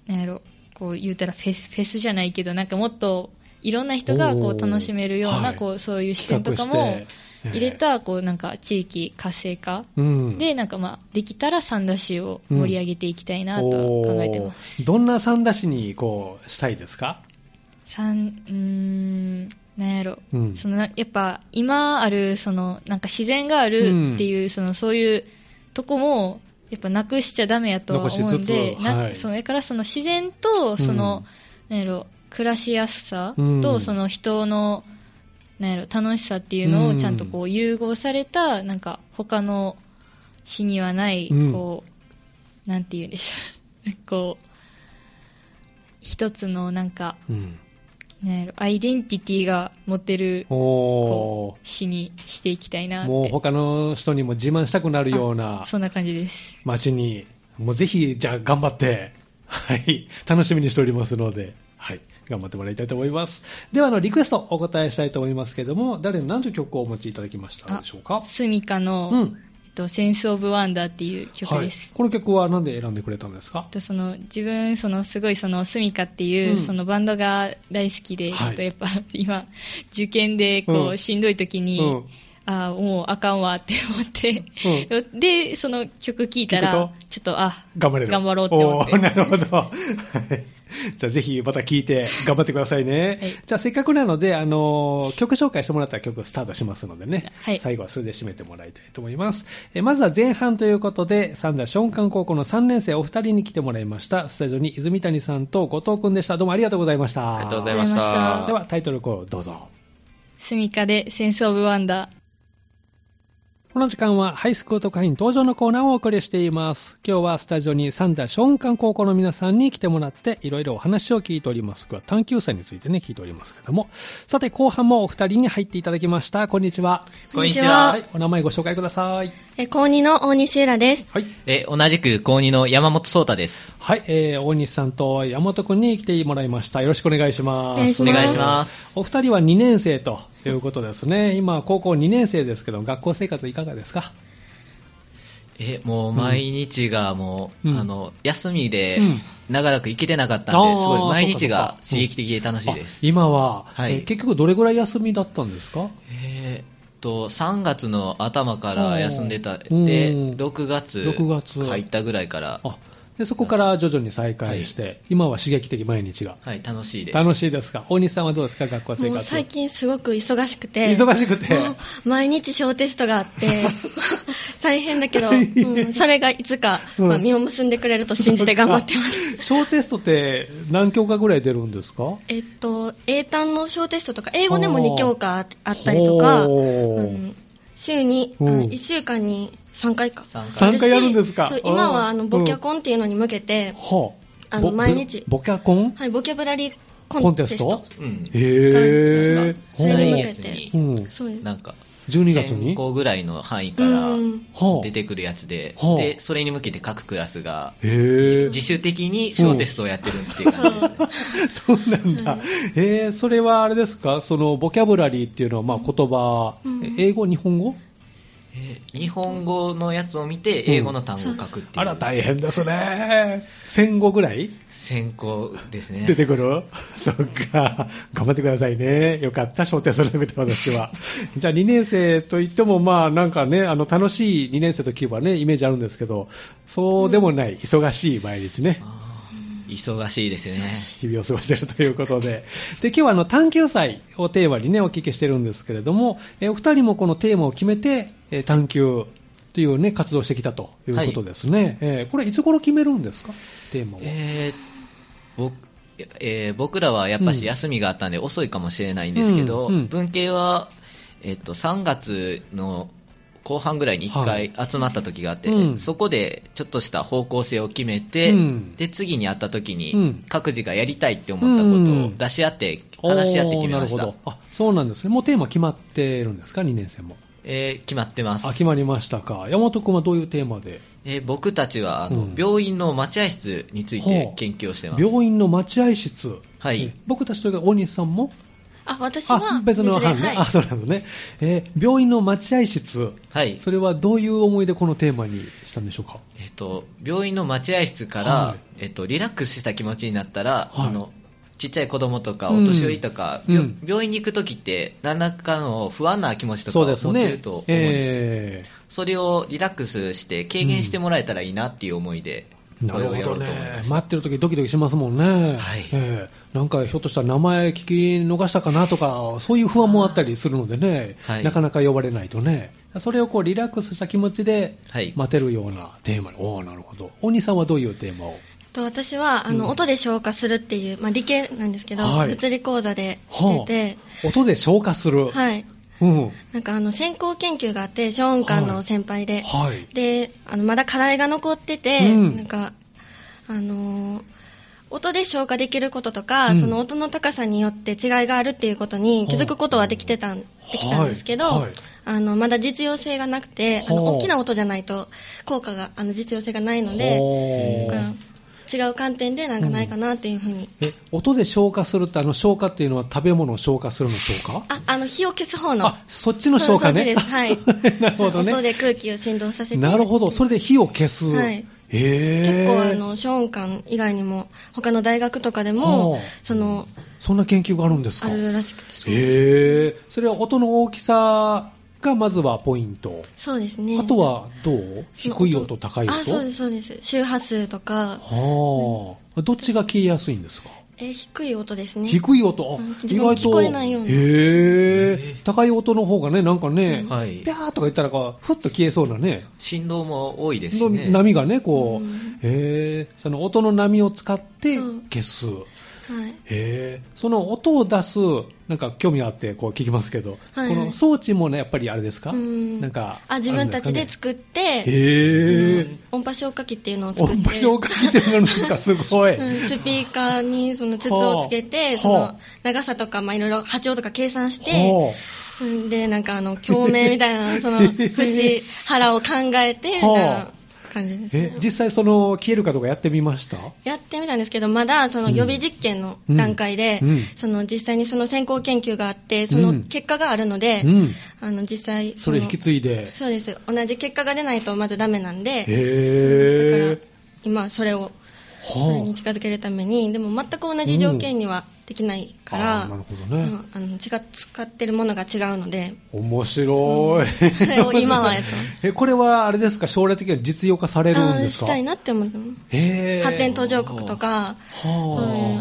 [SPEAKER 3] なんやろこう言うたらフェスフェスじゃないけどなんかもっといろんな人がこ
[SPEAKER 1] お
[SPEAKER 3] う
[SPEAKER 1] ー
[SPEAKER 3] 楽しめるような、
[SPEAKER 1] はい
[SPEAKER 3] こうそういう視点とかも
[SPEAKER 1] 企画して
[SPEAKER 3] 入れ、たこうなんか地域活性化
[SPEAKER 1] えーうん、
[SPEAKER 3] でなんかまあできたら三田市を盛り上げていきたいなと考えてます。
[SPEAKER 1] す。どんな三田市にこうしたいですか
[SPEAKER 3] 三うーんなんやろ、
[SPEAKER 1] うん
[SPEAKER 3] そのなやっぱ今あるそのなんか自然があるっていう、そのそういうとこもやっぱなくしちゃダメやとは
[SPEAKER 1] 残し
[SPEAKER 3] 思うん
[SPEAKER 1] つ
[SPEAKER 3] で
[SPEAKER 1] つ
[SPEAKER 3] な
[SPEAKER 1] はい
[SPEAKER 3] それからその自然とその、なんやろ暮らしやすさ
[SPEAKER 1] う
[SPEAKER 3] と
[SPEAKER 1] ん
[SPEAKER 3] その人の、なんやろ楽しさっていうの
[SPEAKER 1] う
[SPEAKER 3] を
[SPEAKER 1] ん
[SPEAKER 3] ちゃんとこう融合されたなんか他の市にはない、
[SPEAKER 1] うん
[SPEAKER 3] こうなんて言うんでしょう こう一つのなんか
[SPEAKER 1] うん。
[SPEAKER 3] なんやろアイデンティティが持てる
[SPEAKER 1] おー
[SPEAKER 3] こう詩にしていきたいなって
[SPEAKER 1] もう他の人にも自慢したくなるような
[SPEAKER 3] そんな感じです
[SPEAKER 1] 街に、もうぜひ、じゃあ頑張って、 はい、楽しみにしておりますので、はい、頑張ってもらいたいと思います。では、あの、リクエストお答えしたいと思いますけれども、誰の何という曲をお持ちいただきましたでしょうか
[SPEAKER 3] スミカの、
[SPEAKER 1] うん。
[SPEAKER 3] えっと「センス・オブ・ワンダー」っていう曲です、
[SPEAKER 1] はい。この曲は何で選んでくれたんですか
[SPEAKER 3] えっとその自分そのすごいそのスミカっていう、
[SPEAKER 1] うん
[SPEAKER 3] そのバンドが大好きで、
[SPEAKER 1] はい
[SPEAKER 3] ちょっとやっぱ 今受験でこう、
[SPEAKER 1] うん
[SPEAKER 3] しんどい時に、
[SPEAKER 1] うん
[SPEAKER 3] ああもうあかんわって思って、でその曲聴いた
[SPEAKER 1] 聴
[SPEAKER 3] ら
[SPEAKER 1] く
[SPEAKER 3] ちょっとあ
[SPEAKER 1] 頑張れる。
[SPEAKER 3] 頑張ろうって思って
[SPEAKER 1] おーなるほど。はいじゃあぜひまた聞いて頑張ってくださいね。
[SPEAKER 3] はい
[SPEAKER 1] じゃあせっかくなので、あのー曲紹介してもらった曲をスタートしますのでね。
[SPEAKER 3] はい
[SPEAKER 1] 最後はそれで締めてもらいたいと思います。えーまずは前半ということで、三田松漢高校の3年生お二人に来てもらいました。スタジオに泉谷さんと後藤くんでした。どうもありがとうございました。
[SPEAKER 2] ありがとうござ
[SPEAKER 3] い
[SPEAKER 2] い
[SPEAKER 3] ま
[SPEAKER 2] ま
[SPEAKER 3] し
[SPEAKER 2] したた。
[SPEAKER 1] ではタイトルコールどうぞ。
[SPEAKER 3] スミカで「センス・オブ・ワンダー」
[SPEAKER 1] この時間はハイスクート会員登場のコーナーをお送りしています。今日はスタジオに三田松雲館高校の皆さんに来てもらっていろいろお話を聞いております。今日は探求祭についてね、聞いておりますけども。さて、後半もお二人に入っていただきました。こんにちは。
[SPEAKER 4] こんにち
[SPEAKER 3] あ
[SPEAKER 1] は
[SPEAKER 4] は。
[SPEAKER 1] い、お名前ご紹介ください。
[SPEAKER 4] え、高2の大西浦です。
[SPEAKER 1] はい。
[SPEAKER 5] え、同じく高2の山本聡太です。
[SPEAKER 1] はい、えー、大西さんと山本くんに来てもらいました。よろしくお願いしま
[SPEAKER 4] お願い
[SPEAKER 1] す。
[SPEAKER 4] し
[SPEAKER 5] お
[SPEAKER 4] ます
[SPEAKER 5] 願いします。
[SPEAKER 1] お二人は2年生ということですね。今、高校2年生ですけど、学校生活いかがですか
[SPEAKER 5] え、もう毎日がもう、
[SPEAKER 1] うん
[SPEAKER 5] あの、休みで
[SPEAKER 1] うん
[SPEAKER 5] 長らく行けてなかった
[SPEAKER 1] あ
[SPEAKER 5] ん
[SPEAKER 1] ー
[SPEAKER 5] で、すごい毎日
[SPEAKER 1] そうかそう
[SPEAKER 5] が
[SPEAKER 1] か
[SPEAKER 5] 刺激的で楽しいで
[SPEAKER 1] あ
[SPEAKER 5] す。
[SPEAKER 1] 今は、
[SPEAKER 5] はい
[SPEAKER 1] えー結局どれぐらい休みだったんですか
[SPEAKER 5] えーっと、3月の頭から休んでた、で、
[SPEAKER 1] うん
[SPEAKER 5] 6月、
[SPEAKER 1] 6月
[SPEAKER 5] 入ったぐらいから、
[SPEAKER 1] あでそこから徐々に再開して、今は刺激的毎日が
[SPEAKER 5] はい、楽しいです。
[SPEAKER 1] 楽しいですか大西さんはどうですか学校生活
[SPEAKER 4] もう最近すごく忙しくて。
[SPEAKER 1] 忙しくて
[SPEAKER 4] もう毎日小テストがあ って、大変だけど、うんそれがいつか、
[SPEAKER 1] うん
[SPEAKER 4] まあ、実を結んでくれると信じて頑張ってます。
[SPEAKER 1] 小テストって何教科ぐらい出るんですか
[SPEAKER 4] えっと、英単の小テストとか、英語でも2教科ああったりとか、
[SPEAKER 1] ほう
[SPEAKER 4] うん週に、あ
[SPEAKER 1] うん
[SPEAKER 4] の1週間に3回か。
[SPEAKER 5] 三回
[SPEAKER 1] 三回やるんですか
[SPEAKER 4] そう
[SPEAKER 1] うん
[SPEAKER 4] 今はあのボキャコンっていうのに向けて、
[SPEAKER 1] は
[SPEAKER 4] あの
[SPEAKER 1] ぼ
[SPEAKER 4] 毎日
[SPEAKER 1] ボボキャコン、
[SPEAKER 4] はい、ボキャブラリーコ
[SPEAKER 1] コン
[SPEAKER 4] ンテ
[SPEAKER 1] テ
[SPEAKER 4] ス
[SPEAKER 1] ス
[SPEAKER 4] ト。
[SPEAKER 1] ト
[SPEAKER 5] うん。
[SPEAKER 1] へえ
[SPEAKER 4] それに向
[SPEAKER 5] 来
[SPEAKER 4] け
[SPEAKER 5] 月
[SPEAKER 4] て
[SPEAKER 1] う
[SPEAKER 5] に、
[SPEAKER 1] ん、
[SPEAKER 4] そうです。
[SPEAKER 5] なんか、
[SPEAKER 1] 12月に
[SPEAKER 5] 1000個ぐらいの範囲か
[SPEAKER 4] うん
[SPEAKER 5] ら
[SPEAKER 1] はあ
[SPEAKER 5] 出てくるやつで、
[SPEAKER 1] はあ
[SPEAKER 5] で、それに向けて各クラスが、
[SPEAKER 1] へえ
[SPEAKER 5] 自主的に小テストをやってるっていう感じですね。
[SPEAKER 1] そうなんだ、えー、それはあれですかそのボキャブラリーっていうのはまあ言葉、英語日本語
[SPEAKER 5] え日本語のやつを見て、英語の単語を書くってい
[SPEAKER 1] あら
[SPEAKER 5] う。
[SPEAKER 1] 大変ですね戦後ぐらい
[SPEAKER 5] 先行ですね。
[SPEAKER 1] 出てくる そっか。頑張ってくださいね。よかった。焦点されなくて私 は。じゃあ2年生といってもまあなんかね、あの楽しい2年生と聞けばね、イメージあるんですけど、そうでもない、忙しい毎日ね。
[SPEAKER 5] 忙しいですね。
[SPEAKER 1] 日々を過ごしているということで。で、今日はあの探求祭をテーマにね、お聞きしてるんですけれども、えお二人もこのテーマを決めて、え探求というね、活動をしてきたということですね。えーこれいつ頃決めるんですかテーマを。
[SPEAKER 5] えー僕えー僕らはやっぱ
[SPEAKER 1] う
[SPEAKER 5] し
[SPEAKER 1] ん
[SPEAKER 5] 休みがあったんで遅いかもしれないんですけど、
[SPEAKER 1] うんうん
[SPEAKER 5] 文系は、えっと3月の後半ぐらいに1回集まった時があって、
[SPEAKER 1] うん
[SPEAKER 5] そこでちょっとした方向性を決めて、
[SPEAKER 1] うん
[SPEAKER 5] で次に会った時
[SPEAKER 1] う
[SPEAKER 5] に
[SPEAKER 1] ん
[SPEAKER 5] 各自がやりたいって思ったことを出し合って、話し合って決めまし
[SPEAKER 1] おーな
[SPEAKER 5] た
[SPEAKER 1] る、ほどあそうなんですねもうテーマ決まってるんですか2年生も
[SPEAKER 5] えー決まってます
[SPEAKER 1] あ決まりましたか山本君はどういうテーマで
[SPEAKER 5] えー僕たちはあ
[SPEAKER 1] う
[SPEAKER 5] の、
[SPEAKER 1] ん
[SPEAKER 5] 病院の待合室について研究をしてます
[SPEAKER 1] 病院の待合室、
[SPEAKER 5] はい
[SPEAKER 1] え僕たちというか大西さんも
[SPEAKER 4] あ、私
[SPEAKER 1] あ
[SPEAKER 4] は
[SPEAKER 1] 別の
[SPEAKER 4] で、
[SPEAKER 1] 班ね、
[SPEAKER 4] はい
[SPEAKER 1] あそうなんですね、えー病院の待合室
[SPEAKER 5] はい
[SPEAKER 1] それはどういう思いでこのテーマにしたんでしょうか
[SPEAKER 5] えっと、病院の待合室から、
[SPEAKER 1] は
[SPEAKER 5] えっと、リラックスした気持ちになったら、
[SPEAKER 1] はい
[SPEAKER 5] あのちっちゃい子供とか
[SPEAKER 1] うん
[SPEAKER 5] お年寄りとか、びょ
[SPEAKER 1] うん
[SPEAKER 5] 病院に行く時って何らかの不安な気持ちとか
[SPEAKER 1] そ
[SPEAKER 5] を
[SPEAKER 1] う
[SPEAKER 5] 持
[SPEAKER 1] です
[SPEAKER 5] って
[SPEAKER 1] ね
[SPEAKER 5] ると思うんです
[SPEAKER 1] え
[SPEAKER 5] それをリラックスして軽減してもらえたらいいなっていう思いで、
[SPEAKER 1] ーな
[SPEAKER 5] こ
[SPEAKER 1] る
[SPEAKER 5] れを
[SPEAKER 1] ほ
[SPEAKER 5] やろ
[SPEAKER 1] ど
[SPEAKER 5] うと思い
[SPEAKER 1] ね
[SPEAKER 5] ました、
[SPEAKER 1] 待ってる時ドキドキしますもんね、
[SPEAKER 5] はい
[SPEAKER 1] えーなんかひょっとしたら名前聞き逃したかなとかそういう不安もあったりするのでね、
[SPEAKER 5] はい
[SPEAKER 1] なかなか呼ばれないとねそれをこうリラックスした気持ちで
[SPEAKER 5] はい
[SPEAKER 1] 待てるようなテーマに、おおなるほど大西さんはどういうテーマを
[SPEAKER 4] と私はあの、音で消化するっていう、まあ、理系なんですけど、
[SPEAKER 1] はい
[SPEAKER 4] 物理講座でして
[SPEAKER 1] はあ音で消化する、
[SPEAKER 4] て、はい、
[SPEAKER 1] うん
[SPEAKER 4] なんかあの先行研究があって小音館の先輩で、
[SPEAKER 1] はい
[SPEAKER 4] であのまだ課題が残ってて、
[SPEAKER 1] うん
[SPEAKER 4] なんかあのー音で消化できることとか、
[SPEAKER 1] うん
[SPEAKER 4] その音の高さによって違いがあるっていうことに気づくことはできてたんできたんですけど、
[SPEAKER 1] はいはい
[SPEAKER 4] あのまだ実用性がなくてあの
[SPEAKER 1] はあ
[SPEAKER 4] 大きな音じゃないと効果があの実用性がないので
[SPEAKER 1] はあ
[SPEAKER 4] だから違う観点でなんかないかなっていうふうに、
[SPEAKER 1] え音で消化するってあの消化っていうのは食べ物を消化するの消化
[SPEAKER 4] ああの火を消す方の
[SPEAKER 1] あそっちの消化ね
[SPEAKER 4] うんそうですはい
[SPEAKER 1] なるほどね
[SPEAKER 4] 音で空気を振動させて
[SPEAKER 1] なるほどそれで火を消す、
[SPEAKER 4] はい
[SPEAKER 1] へ
[SPEAKER 4] 結
[SPEAKER 1] え
[SPEAKER 4] 構あの小音館以外にも他の大学とかでも、
[SPEAKER 1] はあ
[SPEAKER 4] その
[SPEAKER 1] そんな研究があるんですか
[SPEAKER 4] あるらしくて
[SPEAKER 1] へえそれは音の大きさがまずはポイント、
[SPEAKER 4] そうですね
[SPEAKER 1] あとはどう
[SPEAKER 4] その
[SPEAKER 1] 低い音高い音
[SPEAKER 4] あそうですそうです周波数とか、
[SPEAKER 1] はあ、どっちが消えやすいんですか
[SPEAKER 4] えー低い音ですね
[SPEAKER 1] 低い音、あ
[SPEAKER 4] うん自
[SPEAKER 1] 意
[SPEAKER 4] 分
[SPEAKER 1] 外と
[SPEAKER 4] 聞こえないような
[SPEAKER 1] へえ高い音の方がねなんかね、
[SPEAKER 5] うんはい
[SPEAKER 1] ピャーとか言ったらこうふっと消えそうなね
[SPEAKER 5] 振動も多いですし
[SPEAKER 1] の
[SPEAKER 5] ね
[SPEAKER 1] 波がねこう、へえその音の波を使って
[SPEAKER 4] うん
[SPEAKER 1] 消す、
[SPEAKER 4] はい。
[SPEAKER 1] へえその音を出すなんか興味があってこう聞きますけど、
[SPEAKER 4] はいはい
[SPEAKER 1] この装置もねやっぱりあれですか
[SPEAKER 4] うん
[SPEAKER 1] なんか
[SPEAKER 4] あ、自分たちで作っ
[SPEAKER 1] る
[SPEAKER 4] て、
[SPEAKER 1] んですかねへえ
[SPEAKER 4] 音波消火器っていうのを作って
[SPEAKER 1] 音波消火器ってなるんですかすごい、
[SPEAKER 4] うんスピーカーにその筒をつけ
[SPEAKER 1] はあ
[SPEAKER 4] てそ
[SPEAKER 1] はあ
[SPEAKER 4] の長さとかまあいろいろ波長とか計算して
[SPEAKER 1] ほ
[SPEAKER 4] うんでなんかあの共鳴みたいな その節腹を考えてみたい
[SPEAKER 1] は
[SPEAKER 4] な感じで
[SPEAKER 1] う
[SPEAKER 4] すね
[SPEAKER 1] え実際その消えるかとかやってみました
[SPEAKER 4] やってみたんですけどまだその予備実験の段階で、
[SPEAKER 1] うんうん
[SPEAKER 4] その実際にその先行研究があってその結果があるので、
[SPEAKER 1] うん
[SPEAKER 4] あの実際そ
[SPEAKER 1] そ
[SPEAKER 4] の
[SPEAKER 1] れ引き継いで
[SPEAKER 4] そうです同じ結果が出ないとまずダメなんで、
[SPEAKER 1] へ
[SPEAKER 4] だから今それをそれに近づけるためにでも全く同じ条件にはできないか
[SPEAKER 1] あ
[SPEAKER 4] ら、
[SPEAKER 1] ーなるほど
[SPEAKER 4] う
[SPEAKER 1] ね
[SPEAKER 4] んあの違使ってるものが違う ので
[SPEAKER 1] 面白い
[SPEAKER 4] それを今はやっと
[SPEAKER 1] えこれはあれですか将来的には実用化されるん
[SPEAKER 4] あー
[SPEAKER 1] です
[SPEAKER 4] し
[SPEAKER 1] か
[SPEAKER 4] たいなって思ってます
[SPEAKER 1] へえ
[SPEAKER 4] 発展途上国とかそういう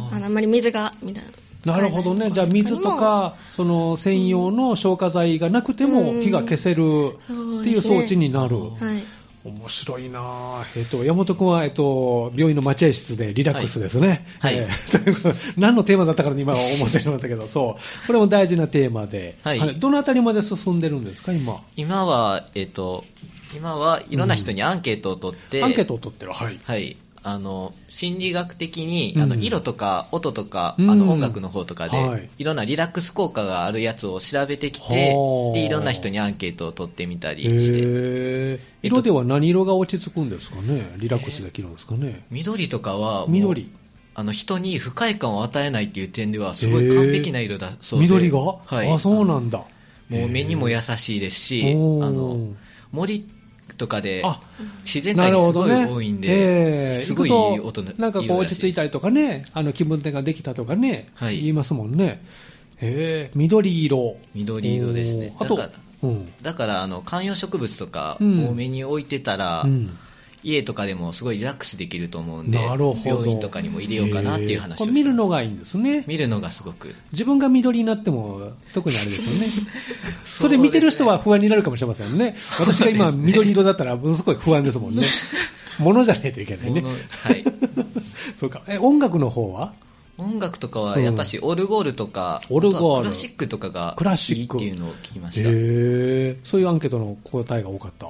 [SPEAKER 1] は
[SPEAKER 4] あのあんまり水がみたいな
[SPEAKER 1] なるほどねじゃあ水とかその専用の消火剤がなくても火が消せるっていう装置になる、
[SPEAKER 4] はい
[SPEAKER 1] 面白いなあえっと、山本君は、えっと、病院の待合室でリラックスですね。
[SPEAKER 5] はい
[SPEAKER 1] えー ということで何のテーマだったから今思ってしまったけど、そう。これも大事なテーマで。
[SPEAKER 5] はい
[SPEAKER 1] どのあたりまで進んでるんですか、今。
[SPEAKER 5] 今は、えっと、今はいろんな人にアンケートを取って、
[SPEAKER 1] アンケートを取ってる。はい。
[SPEAKER 5] はい、あの心理学的に、
[SPEAKER 1] うん
[SPEAKER 5] あの色とか音とか、
[SPEAKER 1] うん
[SPEAKER 5] あの音楽の方とかで、
[SPEAKER 1] はい
[SPEAKER 5] い、ろんなリラックス効果があるやつを調べてきて
[SPEAKER 1] はあ
[SPEAKER 5] でいろんな人にアンケートを取ってみたりして
[SPEAKER 1] え
[SPEAKER 5] えっと
[SPEAKER 1] 色では何色が落ち着くんですかねリラックスできるんですかね、
[SPEAKER 5] 緑とかはもう
[SPEAKER 1] 緑
[SPEAKER 5] あの人に不快感を与えないっていう点ではすごい完璧な色だそうで、
[SPEAKER 1] 緑が、
[SPEAKER 5] はい、
[SPEAKER 1] あ、そうなんだ。
[SPEAKER 5] もう目にも優しいですし、
[SPEAKER 1] へー
[SPEAKER 5] あの森とかで
[SPEAKER 1] あ
[SPEAKER 5] 自然
[SPEAKER 1] な
[SPEAKER 5] 界
[SPEAKER 1] る
[SPEAKER 5] に
[SPEAKER 1] ほ
[SPEAKER 5] すご
[SPEAKER 1] ど
[SPEAKER 5] い
[SPEAKER 1] ね。
[SPEAKER 5] 多いんで、
[SPEAKER 1] ええ
[SPEAKER 5] すごいいい
[SPEAKER 1] 行くと
[SPEAKER 5] 音の
[SPEAKER 1] なんかこう落ち着いた
[SPEAKER 5] り
[SPEAKER 1] りとかね、あの気分転換できたとかね、
[SPEAKER 5] はい
[SPEAKER 1] 言いますもんね。ええ緑色。
[SPEAKER 5] 緑色ですね
[SPEAKER 1] おーあと
[SPEAKER 5] だか、
[SPEAKER 1] うん。
[SPEAKER 5] だからあの観葉植物とか
[SPEAKER 1] うん
[SPEAKER 5] 多めに置いてたら、
[SPEAKER 1] うん
[SPEAKER 5] 家とかでもすごいリラックスできると思うんで
[SPEAKER 1] なるほど
[SPEAKER 5] 病院とかにも入れようかなっていう話をして
[SPEAKER 1] ええ
[SPEAKER 5] ます
[SPEAKER 1] 見るのがいいんですね。
[SPEAKER 5] 見るのがすごく
[SPEAKER 1] 自分が緑になっても特にあれですよ ね。それ見てる人は不安になるかもしれませんね。私が今緑色だったらものすごい不安ですも んね。ものじゃないといけないね
[SPEAKER 5] も。のはい、
[SPEAKER 1] そうか。え、音楽の方は
[SPEAKER 5] 音楽とかはやっぱしオルゴールとか、
[SPEAKER 1] うんオルゴール
[SPEAKER 5] あとはクラシックとかが
[SPEAKER 1] クラシック
[SPEAKER 5] いいっていうのを聞きま
[SPEAKER 1] へ
[SPEAKER 5] した、
[SPEAKER 1] えそういうアンケートの答えが多かった。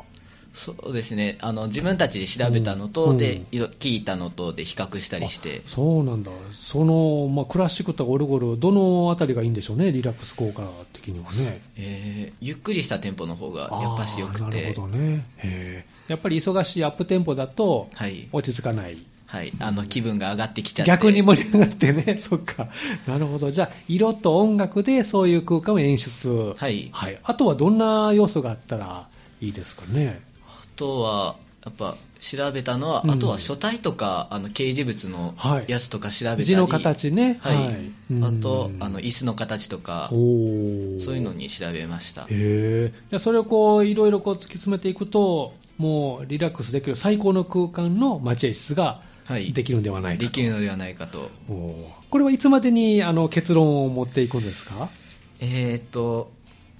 [SPEAKER 5] そうですねあの自分たちで調べたのと、
[SPEAKER 1] うんう
[SPEAKER 5] で
[SPEAKER 1] ん
[SPEAKER 5] いろ聞いたのとで比較したりして
[SPEAKER 1] そうなんだその、まあ、クラシックとかオルゴールどのあたりがいいんでしょうねリラックス効果的にはね
[SPEAKER 5] えーゆっくりしたテンポの方がやっぱし良
[SPEAKER 1] あ
[SPEAKER 5] く
[SPEAKER 1] ーなる
[SPEAKER 5] て
[SPEAKER 1] ほどねへーやっぱり忙しいアップテンポだと
[SPEAKER 5] はい、
[SPEAKER 1] 落ち着かない
[SPEAKER 5] はい、あの気分が上がってきちゃって
[SPEAKER 1] 逆に盛り上がってね そっかなるほどじゃあ色と音楽でそういう空間を演出
[SPEAKER 5] はい
[SPEAKER 1] あとはどんな要素があったらいいですかね
[SPEAKER 5] あとはやっぱ調べたのは、
[SPEAKER 1] うん
[SPEAKER 5] あとは書体とかあの掲示物の
[SPEAKER 1] はい
[SPEAKER 5] やつとか調べたり、
[SPEAKER 1] 字の形ね
[SPEAKER 5] はい
[SPEAKER 1] うん
[SPEAKER 5] あとあの椅子の形とか
[SPEAKER 1] おー
[SPEAKER 5] そういうのに調べました
[SPEAKER 1] へえでそれをこういろいろこう突き詰めていくともうリラックスできる最高の空間の待合室が
[SPEAKER 5] はい
[SPEAKER 1] できるんではないか
[SPEAKER 5] で
[SPEAKER 1] と、
[SPEAKER 5] きるのではないかと
[SPEAKER 1] おーこれはいつまでにあの結論を持っていくんですか
[SPEAKER 5] えっ、と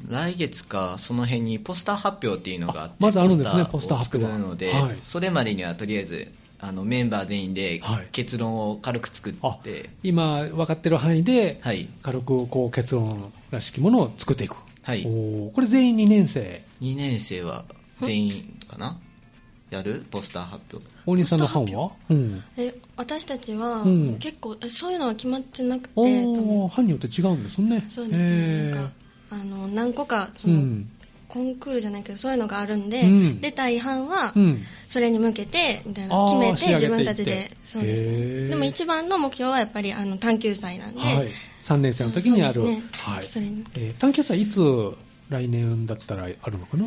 [SPEAKER 5] 来月かその辺にポスター発表っていうのがあって
[SPEAKER 1] あまずあるんですねポスター
[SPEAKER 5] を
[SPEAKER 1] 発
[SPEAKER 5] 作
[SPEAKER 1] 表
[SPEAKER 5] る
[SPEAKER 1] は
[SPEAKER 5] ので、
[SPEAKER 1] はい
[SPEAKER 5] それまでにはとりあえずあのメンバー全員で
[SPEAKER 1] はい
[SPEAKER 5] 結論を軽く作って、
[SPEAKER 1] あ
[SPEAKER 5] はい
[SPEAKER 1] 今分かってる範囲で
[SPEAKER 5] はい
[SPEAKER 1] 軽くこう結論らしきものを作っていく、おーこれ全員2年生
[SPEAKER 5] 2年生は全員かなやるポスター発表
[SPEAKER 1] 大西さんの班は、うん、
[SPEAKER 4] え私たちは、
[SPEAKER 1] うん
[SPEAKER 4] 結構えそういうのは決まってなくて多
[SPEAKER 1] お
[SPEAKER 4] 分
[SPEAKER 1] ー班によって違うんですね
[SPEAKER 4] そうです
[SPEAKER 1] へ
[SPEAKER 4] ね
[SPEAKER 1] ー
[SPEAKER 4] なんかあの何個かそうの、
[SPEAKER 1] ん
[SPEAKER 4] コンクールじゃないけどそういうのがあるんで、
[SPEAKER 1] うん
[SPEAKER 4] 出た違反は、
[SPEAKER 1] うん
[SPEAKER 4] それに向けてみたい
[SPEAKER 1] あ
[SPEAKER 4] な
[SPEAKER 1] ー
[SPEAKER 4] 決め
[SPEAKER 1] 仕上げていって
[SPEAKER 4] て自分たちでそうです
[SPEAKER 1] へー
[SPEAKER 4] ねでも一番の目標はやっぱりあの探究祭なんで、
[SPEAKER 1] はい、3年生の時にある、
[SPEAKER 4] そうですね
[SPEAKER 1] はい
[SPEAKER 4] それに
[SPEAKER 1] えー探究祭いつ来年だったらあるのかな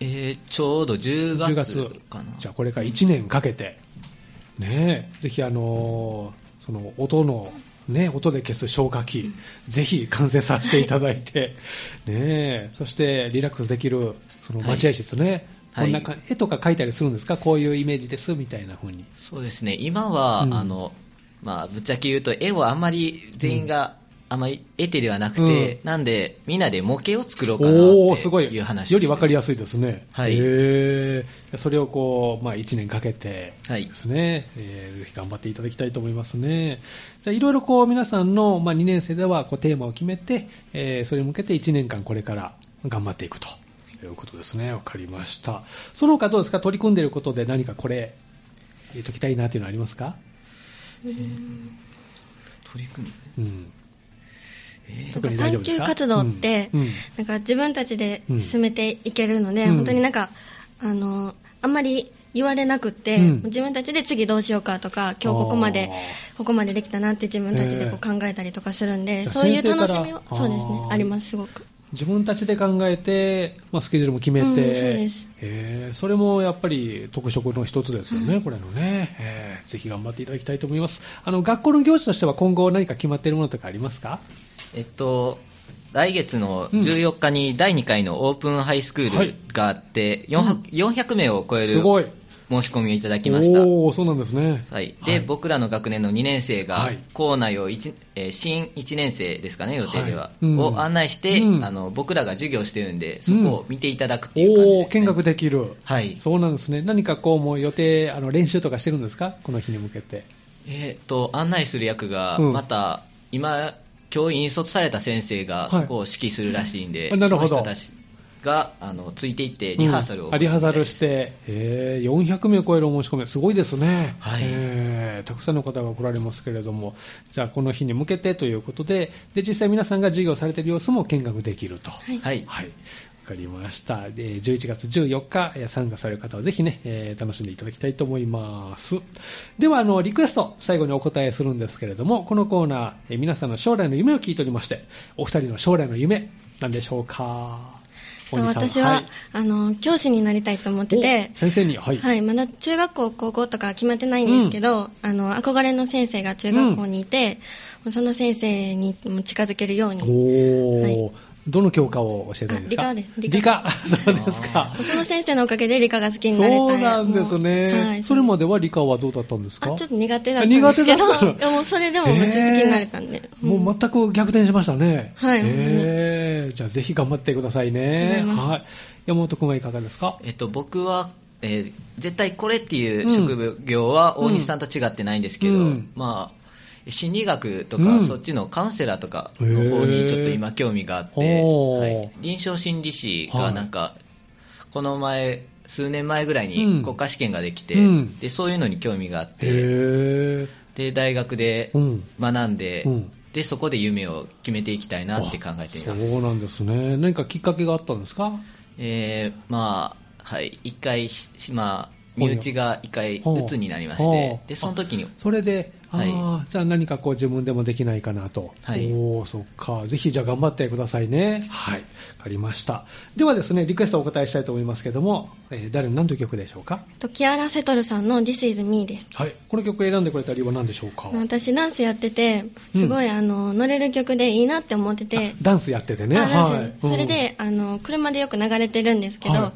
[SPEAKER 5] えーちょうど10
[SPEAKER 1] 10
[SPEAKER 5] 月
[SPEAKER 1] 月
[SPEAKER 5] かな
[SPEAKER 1] じゃあこれから1年かけてねえぜひあのーその音のね、音で消す消火器、ぜひ完成させていただい て、ねえ、そしてリラックスできるその待合室ね、
[SPEAKER 5] はい
[SPEAKER 1] こんなか絵とか描いたりするんですか、こういうイメージですみたいな風に、
[SPEAKER 5] そうですね今は、
[SPEAKER 1] うん
[SPEAKER 5] あのまあぶっちゃけ言うと絵をあんまり全員があまり得てではなく
[SPEAKER 1] うん
[SPEAKER 5] て、なんでみんなで模型を作ろうかな
[SPEAKER 1] おおーすご
[SPEAKER 5] っ
[SPEAKER 1] い
[SPEAKER 5] ていう話
[SPEAKER 1] より分かり
[SPEAKER 5] や
[SPEAKER 1] やすいですね、
[SPEAKER 5] は
[SPEAKER 1] へ
[SPEAKER 5] い
[SPEAKER 1] ーそれをこう、まあ、1年かけて
[SPEAKER 5] はい
[SPEAKER 1] ですね、えーぜひ頑張っていただきたいと思いますねじゃあいろいろこう皆さんの、まあ、2年生ではこうテーマを決めて、えーそれに向けて1年間これから頑張っていくということですね分かりましたその他どうですか取り組んでいることで何かこれ言っときたいなというのはありますか、
[SPEAKER 5] 取り組む
[SPEAKER 1] うん
[SPEAKER 5] え
[SPEAKER 1] 特に大丈夫ですか
[SPEAKER 4] 探究活動って
[SPEAKER 1] うんうん
[SPEAKER 4] なんか自分たちで
[SPEAKER 1] うん
[SPEAKER 4] 進めていけるので、
[SPEAKER 1] うん
[SPEAKER 4] 本当になんかあのあんまり言われなくって、
[SPEAKER 1] うん
[SPEAKER 4] 自分たちで次どうしようかとか今日ここまで
[SPEAKER 1] あ
[SPEAKER 4] ここまでできたなって自分たちでこう考えたりとかするんで、そういう楽しみは
[SPEAKER 1] じゃあ先生から
[SPEAKER 4] そうですね
[SPEAKER 1] あー
[SPEAKER 4] ありますすごく
[SPEAKER 1] 自分たちで考えて、まあ、スケジュールも決めて、
[SPEAKER 4] うんそうです
[SPEAKER 1] えーそれもやっぱり特色の一つですよね、これのね、えーぜひ頑張っていただきたいと思いますあの学校の行事としては今後何か決まっているものとかありますか
[SPEAKER 5] えっと来月の14日に第2回のオープンハイスク
[SPEAKER 1] は
[SPEAKER 5] ー
[SPEAKER 1] い
[SPEAKER 5] ルがあって、400名を超える
[SPEAKER 1] す
[SPEAKER 5] 申
[SPEAKER 1] ごい
[SPEAKER 5] し込みをいただきました
[SPEAKER 1] おおそうなんですね
[SPEAKER 5] はい、で、僕らの学年の2年生が
[SPEAKER 1] はい
[SPEAKER 5] 校内を一、えー新1年生ですかね予定では、
[SPEAKER 1] はいうん
[SPEAKER 5] を案内して、
[SPEAKER 1] うん
[SPEAKER 5] あの僕らが授業してるんでそこを見ていただくっていう感じ
[SPEAKER 1] おお
[SPEAKER 5] です、ね
[SPEAKER 1] 見学できる
[SPEAKER 5] はい
[SPEAKER 1] そうなんですね何かこうもう予定あの練習とかしてるんですかこの日に向けて
[SPEAKER 5] えーっと案内する役が
[SPEAKER 1] うん
[SPEAKER 5] また、今教員卒された先生
[SPEAKER 1] は
[SPEAKER 5] が
[SPEAKER 1] い
[SPEAKER 5] そこを指揮するらしいんで、
[SPEAKER 1] あなるほど
[SPEAKER 5] その人たちがあのついていってリハーサルを、
[SPEAKER 1] うんあリハーサルして、えー400名超えるお申し込みすごいですね、
[SPEAKER 5] はい
[SPEAKER 1] えーたくさんの方が来られますけれどもじゃあこの日に向けてということでで実際皆さんが授業されている様子も見学できるとはい
[SPEAKER 5] はい
[SPEAKER 1] わ、かりましたで11月14日えー参加される方はぜひね、えー楽しんでいただきたいと思いますではあのリクエスト最後にお答えするんですけれどもこのコーナーえー皆さんの将来の夢を聞いておりましてお二人の将来の夢なんでしょうか
[SPEAKER 4] と
[SPEAKER 1] 大西さん
[SPEAKER 4] 私は、
[SPEAKER 1] い
[SPEAKER 4] あの教師になりたいと思ってて
[SPEAKER 1] お先生にはい、
[SPEAKER 4] はい、まだ中学校高校とか決まってないんですけど、あの憧れの先生が中学校にいて、その先生にも近づけるように
[SPEAKER 1] おお、
[SPEAKER 4] はい
[SPEAKER 1] どの教科を教えたいですか
[SPEAKER 4] あ理科です
[SPEAKER 1] 理
[SPEAKER 4] 理
[SPEAKER 1] 科 そうですか
[SPEAKER 4] その先生のおかげで理科が好きになれた
[SPEAKER 1] そうなんですね、
[SPEAKER 4] もうはい
[SPEAKER 1] それまでは理科はどうだったんです
[SPEAKER 4] あ
[SPEAKER 1] か
[SPEAKER 4] ちょっと苦手だったんですけ
[SPEAKER 1] あ苦手だった
[SPEAKER 4] どでもそれでもめっちゃ好きになれたんで、
[SPEAKER 1] えーもう全く逆転しましたね
[SPEAKER 4] はい
[SPEAKER 1] えーじゃあぜひ頑張ってくださいね
[SPEAKER 4] ありがとうございます
[SPEAKER 1] はい、山本君はいかがですか
[SPEAKER 5] えっと、僕は、えー絶対これっていう職業は大西さんと違ってないんですけど、
[SPEAKER 1] うん
[SPEAKER 5] まあ心理学とか、
[SPEAKER 1] うん
[SPEAKER 5] そっちのカウンセラーとかの方にちょっと今興味があって、
[SPEAKER 1] へーお
[SPEAKER 5] は
[SPEAKER 1] ー
[SPEAKER 5] い、臨床心理士
[SPEAKER 1] は
[SPEAKER 5] が
[SPEAKER 1] い
[SPEAKER 5] なんか、この前数年前ぐらい
[SPEAKER 1] うん
[SPEAKER 5] に国家試験ができて、
[SPEAKER 1] うん
[SPEAKER 5] でそういうのに興味があっ
[SPEAKER 1] へ
[SPEAKER 5] て、
[SPEAKER 1] え
[SPEAKER 5] で大学で
[SPEAKER 1] うん
[SPEAKER 5] 学んで,、
[SPEAKER 1] うん
[SPEAKER 5] でそこで夢を決めていきたいなって考えてい
[SPEAKER 1] そ
[SPEAKER 5] ます。
[SPEAKER 1] うなんですね何かきっかけがあったんですか
[SPEAKER 5] えーまあはい一回ししまあ
[SPEAKER 1] ほう
[SPEAKER 5] 身内が一回
[SPEAKER 1] ほう
[SPEAKER 5] 鬱になりまし
[SPEAKER 1] ほ
[SPEAKER 5] て
[SPEAKER 1] う
[SPEAKER 5] でその時に
[SPEAKER 1] それで、あー
[SPEAKER 5] は
[SPEAKER 1] じゃあ何かこう自分でもできないかなと。
[SPEAKER 5] はい
[SPEAKER 1] おーそっか。ぜひじゃあ頑張ってくださいね。はい。わかりました。ではですね、リクエストをお答えしたいと思いますけども、えー誰の何という曲でしょうか
[SPEAKER 4] とキアラ・セトルさんの「This is me」です
[SPEAKER 1] はい。この曲を選んでくれた理由は何でしょうか
[SPEAKER 4] 私ダンスやっててすごい、あの乗れる曲でいいなって思ってて
[SPEAKER 1] ダンスやっててね。
[SPEAKER 4] あダンスやる
[SPEAKER 1] うん
[SPEAKER 4] それで、あの車でよく流れてるんですけど、
[SPEAKER 1] は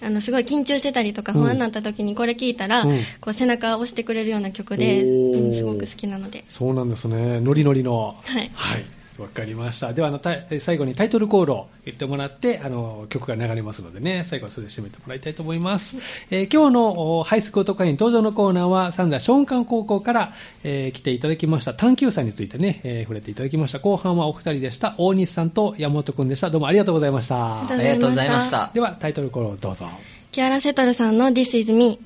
[SPEAKER 4] あのすごい緊張してたりとか
[SPEAKER 1] うん
[SPEAKER 4] 不安になった時にこれ聞いたら、
[SPEAKER 1] うん
[SPEAKER 4] こう背中を押してくれるような曲で、
[SPEAKER 1] おー
[SPEAKER 4] うんすごく好きなので
[SPEAKER 1] そうなんですね。ノリノリの。
[SPEAKER 4] はい
[SPEAKER 1] はい。わかりました。ではあの、た最後にタイトルコールを言ってもらって、あの、曲が流れますのでね、最後はそれで締めてもらいたいと思います。えー今日のおハイスクート会員登場のコーナーは、三田松漢高校から、えー来ていただきました探求祭についてね、えー触れていただきました。後半はお二人でした。大西さんと山本くんでした。どうもありがとうございました
[SPEAKER 4] ありがとうご
[SPEAKER 5] あり
[SPEAKER 4] ざいました
[SPEAKER 5] がとうございました
[SPEAKER 1] では、タイトルコールをどうぞ。
[SPEAKER 4] キアラ・セトルさんの「This is me」